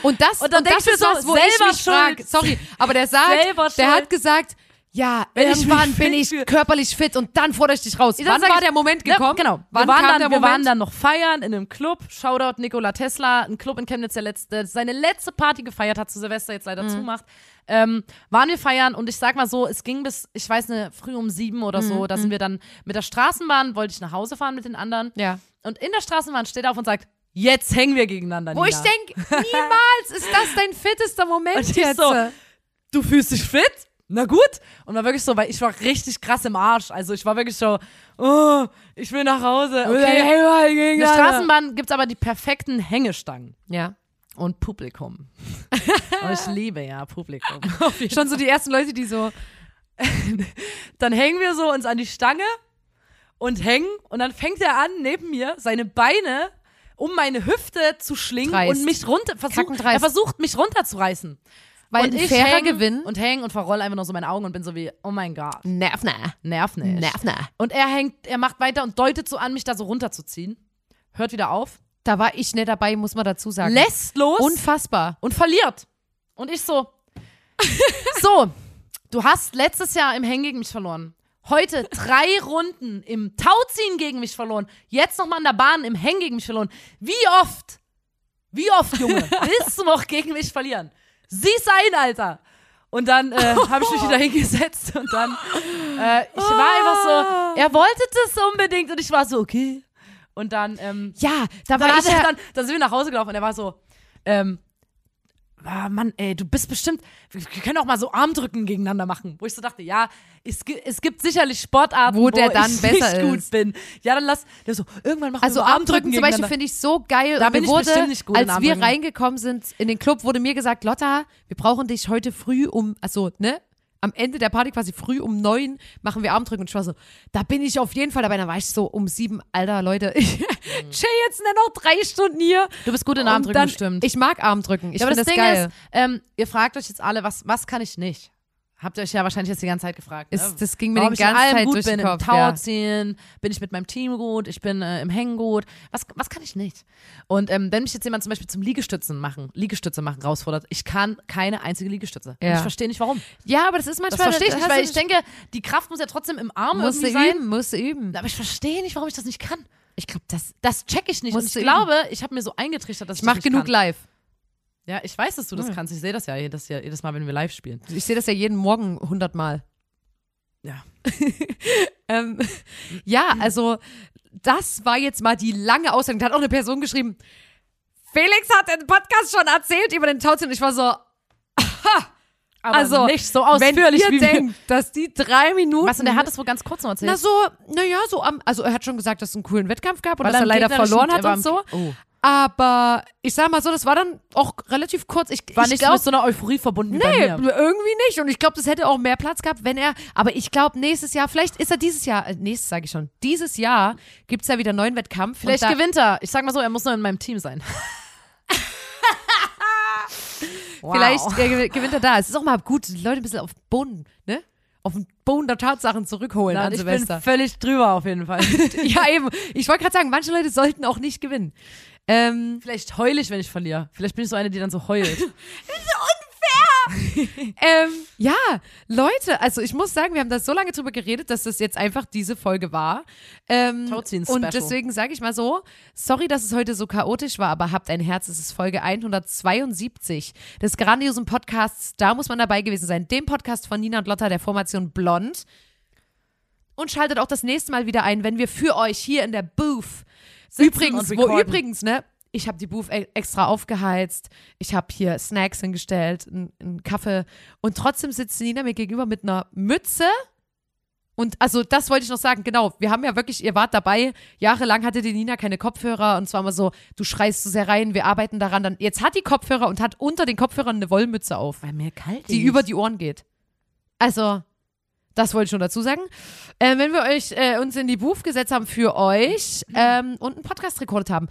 Speaker 3: Und das,
Speaker 2: Und
Speaker 3: und
Speaker 2: dann denkst
Speaker 3: das
Speaker 2: du
Speaker 3: ist
Speaker 2: so,
Speaker 3: was, wo ich
Speaker 2: selber
Speaker 3: mich frag.
Speaker 2: schuld.
Speaker 3: Sorry, aber der sagt,
Speaker 2: Selber
Speaker 3: der
Speaker 2: schuld.
Speaker 3: hat gesagt, ja,
Speaker 2: Wenn ich
Speaker 3: irgendwann
Speaker 2: mich
Speaker 3: bin
Speaker 2: fit
Speaker 3: ich
Speaker 2: fühle.
Speaker 3: körperlich fit und dann fordere ich dich raus.
Speaker 2: Ja, dann
Speaker 3: Wann
Speaker 2: sag
Speaker 3: war
Speaker 2: ich-
Speaker 3: der Moment
Speaker 2: Ja,
Speaker 3: gekommen?
Speaker 2: Genau.
Speaker 3: Ne, Wann
Speaker 2: wir, waren
Speaker 3: kam
Speaker 2: dann,
Speaker 3: der
Speaker 2: wir
Speaker 3: Moment?
Speaker 2: waren dann noch feiern in einem Club. Shoutout Nikola Tesla, ein Club in Chemnitz, der letzte, seine letzte Party gefeiert hat, zu Silvester jetzt
Speaker 3: Mhm.
Speaker 2: leider zumacht. Ähm, waren wir feiern und ich sag mal so, es ging bis, ich weiß nicht, früh um sieben oder
Speaker 3: Mhm,
Speaker 2: so. Da sind wir dann mit der Straßenbahn, wollte ich nach Hause fahren mit den anderen.
Speaker 3: ja.
Speaker 2: Und in der Straßenbahn steht er auf und sagt, jetzt hängen wir gegeneinander.
Speaker 3: Wo ich
Speaker 2: Nina.
Speaker 3: denke, niemals ist das dein fittester Moment
Speaker 2: Und ich
Speaker 3: jetzt.
Speaker 2: so, du fühlst dich fit? Na gut. Und war wirklich so, weil ich war richtig krass im Arsch. Also ich war wirklich so, oh, ich will nach Hause. Okay. In der Straßenbahn gibt's aber die perfekten Hängestangen
Speaker 3: ja.
Speaker 2: und Publikum. Und ich liebe ja Publikum.
Speaker 3: Schon so die ersten Leute, die so,
Speaker 2: Dann hängen wir so uns an die Stange und hängen und dann fängt er an, neben mir seine Beine um meine Hüfte zu schlingen
Speaker 3: Dreist.
Speaker 2: und mich runter versucht,
Speaker 3: Kackendreist.
Speaker 2: er versucht mich runterzureißen.
Speaker 3: weil
Speaker 2: und
Speaker 3: ein
Speaker 2: ich
Speaker 3: fairer
Speaker 2: häng
Speaker 3: Gewinn.
Speaker 2: und häng und verroll einfach nur so meine Augen und bin so wie, oh mein Gott.
Speaker 3: Nervner.
Speaker 2: Nerv nicht.
Speaker 3: Nervner.
Speaker 2: Und er hängt, er macht weiter und deutet so an, mich da so runterzuziehen. Hört wieder auf.
Speaker 3: Da war ich nicht dabei, muss man dazu sagen.
Speaker 2: Lässt los und,
Speaker 3: Unfassbar.
Speaker 2: verliert. Und ich so. so, du hast letztes Jahr im Hängen gegen mich verloren. Heute drei Runden im Tauziehen gegen mich verloren. Jetzt nochmal in der Bahn im Hängen gegen mich verloren. Wie oft, wie oft, Junge, willst du noch gegen mich verlieren? Sieh's ein, Alter. Und dann äh, habe ich mich wieder hingesetzt und dann, äh, ich war einfach so, er wollte das unbedingt und ich war so, okay. Und dann, ähm,
Speaker 3: Ja, da
Speaker 2: dann,
Speaker 3: war
Speaker 2: hat
Speaker 3: ich
Speaker 2: er,
Speaker 3: ja.
Speaker 2: dann, dann sind wir nach Hause gelaufen und er war so, ähm, ah, Mann, ey, du bist bestimmt, wir können auch mal so Armdrücken gegeneinander machen. Wo ich so dachte, ja, es, gi- es gibt sicherlich Sportarten,
Speaker 3: Wo der dann
Speaker 2: ich
Speaker 3: besser
Speaker 2: nicht gut
Speaker 3: ist.
Speaker 2: bin. Ja, dann lass, der so, irgendwann machen
Speaker 3: Also
Speaker 2: wir so Armdrücken,
Speaker 3: Armdrücken zum
Speaker 2: gegeneinander.
Speaker 3: Beispiel finde ich so geil.
Speaker 2: Da
Speaker 3: Und mir
Speaker 2: bin ich
Speaker 3: wurde,
Speaker 2: bestimmt nicht gut in
Speaker 3: Als wir
Speaker 2: Armdrücken.
Speaker 3: reingekommen sind in den Club, wurde mir gesagt, Lotta, wir brauchen dich heute früh um, also, ne? Am Ende der Party quasi früh um neun machen wir Armdrücken und ich war so, da bin ich auf jeden Fall dabei. Da war ich so um sieben, alter Leute, ich chill jetzt nicht noch drei Stunden hier.
Speaker 2: Du bist gut in
Speaker 3: Und
Speaker 2: Mhm. Armdrücken,
Speaker 3: dann,
Speaker 2: bestimmt.
Speaker 3: Ich mag Armdrücken. Ich
Speaker 2: ja, aber
Speaker 3: finde
Speaker 2: das,
Speaker 3: das,
Speaker 2: Ding
Speaker 3: geil.
Speaker 2: ist, ähm, ihr fragt euch jetzt alle, was, was kann ich nicht? Habt ihr euch ja wahrscheinlich jetzt die ganze Zeit gefragt.
Speaker 3: Ist-
Speaker 2: ne?
Speaker 3: das ging mir
Speaker 2: Warum ich
Speaker 3: die
Speaker 2: in
Speaker 3: ganze
Speaker 2: allem
Speaker 3: Zeit
Speaker 2: gut
Speaker 3: durch
Speaker 2: bin,
Speaker 3: den Kopf,
Speaker 2: Im
Speaker 3: ja.
Speaker 2: Tauziehen bin ich mit meinem Team gut, ich bin äh, im Hängen gut. Was, was kann ich nicht? Und ähm, wenn mich jetzt jemand zum Beispiel zum Liegestützen machen, Liegestütze machen, herausfordert, ich kann keine einzige Liegestütze. Und
Speaker 3: Ja.
Speaker 2: Ich verstehe nicht, warum.
Speaker 3: ja, aber das ist
Speaker 2: Das
Speaker 3: manchmal.
Speaker 2: verstehe ich nicht, weil ich
Speaker 3: hast halt du-
Speaker 2: denke, die Kraft muss ja trotzdem im Arm
Speaker 3: musst du
Speaker 2: irgendwie sein.
Speaker 3: üben, musst du üben.
Speaker 2: Aber ich verstehe nicht, warum ich das nicht kann.
Speaker 3: Ich glaube, das.
Speaker 2: Das check ich nicht. Und ich
Speaker 3: Musst du üben.
Speaker 2: glaube, ich habe mir so eingetrichtert, dass ich,
Speaker 3: Ich mach
Speaker 2: das nicht
Speaker 3: genug
Speaker 2: kann.
Speaker 3: live.
Speaker 2: Ja, ich weiß, dass du das
Speaker 3: Ja.
Speaker 2: kannst. Ich sehe das ja jedes, Jahr, jedes Mal, wenn wir live spielen.
Speaker 3: Ich sehe das ja jeden Morgen hundertmal.
Speaker 2: Ja. Mhm.
Speaker 3: ähm, ja, also das war jetzt mal die lange Aussage. Da hat auch eine Person geschrieben, Felix hat im Podcast schon erzählt über den Tauziehen. Ich war so,
Speaker 2: Aber
Speaker 3: Also,
Speaker 2: nicht so
Speaker 3: wenn
Speaker 2: ausführlich
Speaker 3: ihr
Speaker 2: wie wir.
Speaker 3: denkt, dass die drei Minuten...
Speaker 2: Was denn, der hat es wohl ganz kurz noch erzählt.
Speaker 3: na so, naja, so am, also er hat schon gesagt, dass es einen coolen Wettkampf gab und
Speaker 2: Weil
Speaker 3: dass er
Speaker 2: am
Speaker 3: leider
Speaker 2: gegnerischen-
Speaker 3: verloren hat
Speaker 2: er war
Speaker 3: und
Speaker 2: am-
Speaker 3: so.
Speaker 2: Oh.
Speaker 3: Aber ich sag mal so, das war dann auch relativ kurz. Ich,
Speaker 2: War
Speaker 3: ich
Speaker 2: nicht
Speaker 3: glaub,
Speaker 2: mit so einer Euphorie verbunden wie
Speaker 3: Nee,
Speaker 2: bei mir.
Speaker 3: irgendwie nicht. Und ich glaube, das hätte auch mehr Platz gehabt, wenn er. Aber ich glaube, nächstes Jahr, vielleicht ist er dieses Jahr, äh, nächstes sage ich schon, dieses Jahr gibt's ja wieder einen neuen Wettkampf. und
Speaker 2: Vielleicht
Speaker 3: da,
Speaker 2: gewinnt er. Ich sag mal so, er muss nur in meinem Team sein. wow.
Speaker 3: vielleicht äh, gew- gewinnt er da. Es ist auch mal gut, die Leute ein bisschen auf Boden, ne? Auf den Boden der Tatsachen zurückholen
Speaker 2: Nein,
Speaker 3: an
Speaker 2: ich
Speaker 3: Silvester.
Speaker 2: bin völlig drüber auf jeden Fall.
Speaker 3: ja, eben. Ich wollte gerade sagen, manche Leute sollten auch nicht gewinnen. Ähm,
Speaker 2: vielleicht heul ich, wenn ich verliere. Vielleicht bin ich so eine, die dann so heult.
Speaker 3: ähm, ja, Leute, also ich muss sagen, wir haben da so lange drüber geredet, dass das jetzt einfach diese Folge war. Ähm,
Speaker 2: Tauziehen Special.
Speaker 3: und deswegen sage ich mal so, sorry, dass es heute so chaotisch war, aber habt ein Herz, es ist Folge 172 des grandiosen Podcasts, da muss man dabei gewesen sein, dem Podcast von Nina und Lotta der Formation Blond. Und schaltet auch das nächste Mal wieder ein, wenn wir für euch hier in der Booth übrigens,
Speaker 2: und
Speaker 3: wo
Speaker 2: recorden.
Speaker 3: übrigens, ne? Ich habe die Booth e- extra aufgeheizt. Ich habe hier Snacks hingestellt, einen- einen Kaffee. Und trotzdem sitzt Nina mir gegenüber mit einer Mütze. Und also das wollte ich noch sagen, genau, wir haben ja wirklich, ihr wart dabei, jahrelang hatte die Nina keine Kopfhörer und zwar immer so, du schreist zu sehr rein, wir arbeiten daran, dann jetzt hat die Kopfhörer und hat unter den Kopfhörern eine Wollmütze auf,
Speaker 2: Weil mir kalt
Speaker 3: die über die Ohren geht. Also, das wollte ich schon dazu sagen. Äh, wenn wir euch äh, uns in die Buch gesetzt haben für euch ähm, und einen Podcast rekordet haben.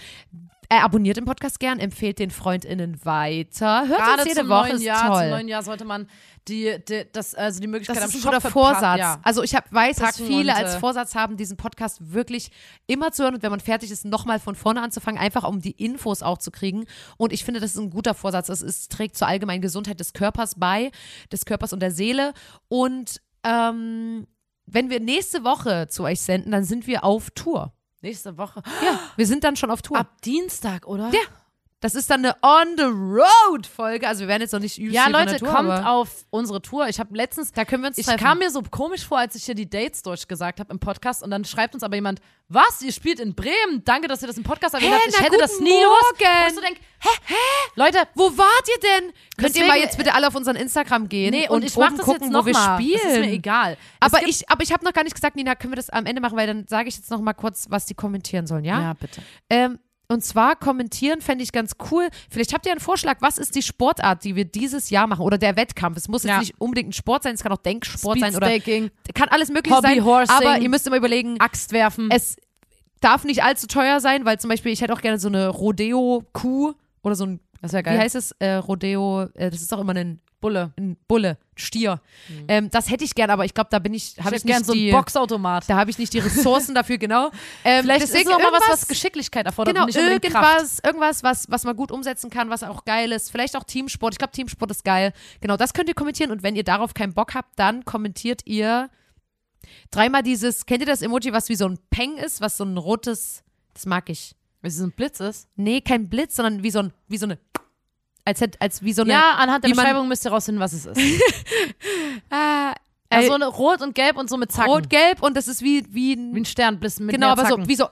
Speaker 3: Äh, abonniert den Podcast gern, empfehlt den FreundInnen weiter. Hört
Speaker 2: Gerade
Speaker 3: uns jede
Speaker 2: zum
Speaker 3: Woche,
Speaker 2: neuen
Speaker 3: ist
Speaker 2: Jahr,
Speaker 3: toll.
Speaker 2: zum neuen Jahr sollte man die, die, das, also die Möglichkeit
Speaker 3: Das ist
Speaker 2: am
Speaker 3: ein
Speaker 2: Shop
Speaker 3: guter
Speaker 2: verpa-
Speaker 3: Vorsatz.
Speaker 2: Ja.
Speaker 3: Also ich hab, weiß, dass
Speaker 2: Packen
Speaker 3: viele
Speaker 2: und,
Speaker 3: als
Speaker 2: äh,
Speaker 3: Vorsatz haben, diesen Podcast wirklich immer zu hören und wenn man fertig ist, nochmal von vorne anzufangen, einfach um die Infos auch zu kriegen. Und ich finde, das ist ein guter Vorsatz. Es ist, trägt zur allgemeinen Gesundheit des Körpers bei, des Körpers und der Seele. Und ähm, wenn wir nächste Woche zu euch senden, dann sind wir auf Tour.
Speaker 2: Nächste Woche.
Speaker 3: Ja, wir sind dann schon auf Tour.
Speaker 2: Ab Dienstag, oder?
Speaker 3: Ja. Das ist dann eine On-the-Road-Folge. Also wir werden jetzt noch nicht übelst
Speaker 2: Ja,
Speaker 3: viel von
Speaker 2: Leute,
Speaker 3: der Tour,
Speaker 2: kommt
Speaker 3: aber
Speaker 2: auf unsere Tour. Ich habe letztens,
Speaker 3: Da können wir uns
Speaker 2: ich
Speaker 3: treffen.
Speaker 2: kam mir so komisch vor, als ich hier die Dates durchgesagt habe im Podcast und dann schreibt uns aber jemand, was, ihr spielt in Bremen? Danke, dass ihr das im Podcast erwähnt
Speaker 3: Hä,
Speaker 2: habt. Ich
Speaker 3: na,
Speaker 2: hätte das
Speaker 3: guten
Speaker 2: nie gewusst.
Speaker 3: Morgen.
Speaker 2: Wo ich so denk, hä, hä? Leute,
Speaker 3: Wo wart ihr denn? Könnt ihr
Speaker 2: Deswegen-
Speaker 3: mal jetzt bitte alle auf unseren Instagram gehen
Speaker 2: nee, und,
Speaker 3: und,
Speaker 2: ich mach
Speaker 3: oben
Speaker 2: das
Speaker 3: gucken,
Speaker 2: jetzt
Speaker 3: wo
Speaker 2: noch
Speaker 3: wir
Speaker 2: mal.
Speaker 3: spielen?
Speaker 2: Das ist mir egal. Es
Speaker 3: Aber
Speaker 2: gibt-
Speaker 3: ich, aber ich habe noch gar nicht gesagt, Nina, können wir das am Ende machen, weil dann sage ich jetzt noch mal kurz, was die kommentieren sollen, ja?
Speaker 2: ja, bitte.
Speaker 3: Ähm, und zwar kommentieren fände ich ganz cool. Vielleicht habt ihr einen Vorschlag, was ist die Sportart, die wir dieses Jahr machen oder der Wettkampf? Es muss jetzt
Speaker 2: Ja.
Speaker 3: nicht unbedingt ein Sport sein, es kann auch Denksport sein oder
Speaker 2: Speedstaking,
Speaker 3: kann alles mögliche
Speaker 2: Hobby,
Speaker 3: sein.
Speaker 2: Horsing.
Speaker 3: Aber ihr müsst immer überlegen,
Speaker 2: Axt werfen.
Speaker 3: es darf nicht allzu teuer sein, weil zum Beispiel ich hätte auch gerne so eine Rodeo-Kuh oder so ein,
Speaker 2: das wäre
Speaker 3: wie heißt es, äh, Rodeo, äh, das ist auch immer ein
Speaker 2: Bulle.
Speaker 3: ein Bulle, ein Stier. Ähm, das hätte ich gern, aber ich glaube, da bin ich,
Speaker 2: Hab
Speaker 3: habe ich,
Speaker 2: ich gern
Speaker 3: nicht
Speaker 2: so einen
Speaker 3: die,
Speaker 2: Boxautomat.
Speaker 3: da habe ich nicht die Ressourcen dafür, genau. Ähm,
Speaker 2: Vielleicht ist
Speaker 3: deswegen
Speaker 2: es auch mal was, was
Speaker 3: irgendwas-
Speaker 2: Geschicklichkeit erfordert
Speaker 3: Genau,
Speaker 2: und nicht unbedingt Kraft.
Speaker 3: irgendwas, irgendwas was, was man gut umsetzen kann, was auch geil ist. Vielleicht auch Teamsport. Ich glaube, Teamsport ist geil. Genau, das könnt ihr kommentieren. Und wenn ihr darauf keinen Bock habt, dann kommentiert ihr dreimal dieses, kennt ihr das Emoji, was wie so ein Peng ist, was so ein rotes, das mag ich.
Speaker 2: Wenn es so ein Blitz ist.
Speaker 3: Nee, kein Blitz, sondern wie so ein, wie so eine, als, hätte- als wie so eine,
Speaker 2: Ja, anhand der
Speaker 3: wie man-
Speaker 2: Beschreibung müsst ihr rausfinden, was es ist.
Speaker 3: ah,
Speaker 2: Also
Speaker 3: äh,
Speaker 2: so eine rot und gelb und so mit Zacken.
Speaker 3: rot-gelb und das ist wie, wie ein
Speaker 2: Wie ein Sternblitz mit
Speaker 3: Genau,
Speaker 2: mehr
Speaker 3: aber
Speaker 2: Zacken.
Speaker 3: so, wie so,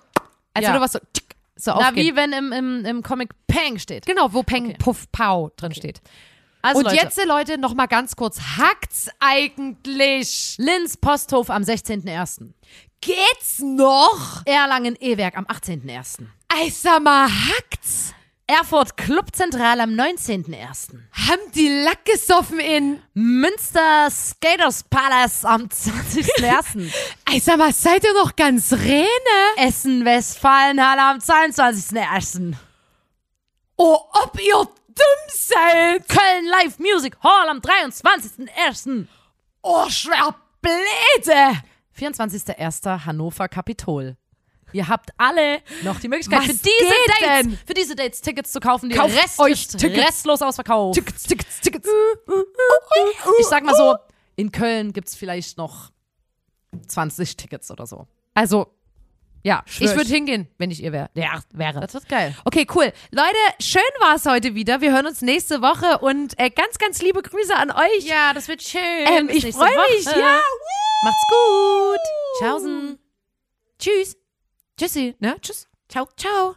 Speaker 3: als
Speaker 2: Ja.
Speaker 3: würde was so, tschick, so
Speaker 2: Na,
Speaker 3: aufgehen.
Speaker 2: wie wenn im, im, im Comic Pang steht.
Speaker 3: Genau, wo Peng, Puff, Pau drin steht.
Speaker 2: Also
Speaker 3: Und
Speaker 2: Leute,
Speaker 3: jetzt, äh, Leute, nochmal ganz kurz. Hackt's eigentlich?
Speaker 2: Linz Posthof am 16.01.
Speaker 3: Geht's noch?
Speaker 2: Erlangen-Ewerk am 18.01.
Speaker 3: Ey, sag mal, hackt's?
Speaker 2: Erfurt Clubzentral am 19.01.
Speaker 3: Haben die Lack gesoffen in?
Speaker 2: Münster Skaters Palace am 20.01.
Speaker 3: Ey, sag mal, seid ihr noch ganz Rene?
Speaker 2: Essen Westfalenhalle am 22.01.
Speaker 3: Oh, ob ihr dumm seid?
Speaker 2: Köln Live Music Hall am 23.01.
Speaker 3: Oh, schwer Bläde.
Speaker 2: 24.01. Hannover Kapitol. Ihr habt alle noch die Möglichkeit,
Speaker 3: Was
Speaker 2: für
Speaker 3: geht
Speaker 2: diese, Dates,
Speaker 3: denn?
Speaker 2: für diese Dates Tickets zu kaufen. Die
Speaker 3: Kauft
Speaker 2: Rest
Speaker 3: euch
Speaker 2: ist
Speaker 3: Tickets.
Speaker 2: restlos ausverkauft.
Speaker 3: Tickets, tickets, tickets.
Speaker 2: Ich sag mal
Speaker 3: Uh,
Speaker 2: so, in Köln gibt's vielleicht noch 20 Tickets oder so.
Speaker 3: Also, ja,
Speaker 2: Schwör
Speaker 3: ich
Speaker 2: ich.
Speaker 3: würde hingehen, wenn ich ihr wär, ja, wäre.
Speaker 2: Das wird geil.
Speaker 3: Okay, cool. Leute, schön war es heute wieder. Wir hören uns nächste Woche und äh, ganz, ganz liebe Grüße an euch.
Speaker 2: Ja, das wird schön.
Speaker 3: ähm, ich freue mich. Ja. uh.
Speaker 2: Macht's gut. Tschaußen.
Speaker 3: Tschüss. Tschüssi. Ne? Tschüss. Ciao. Ciao.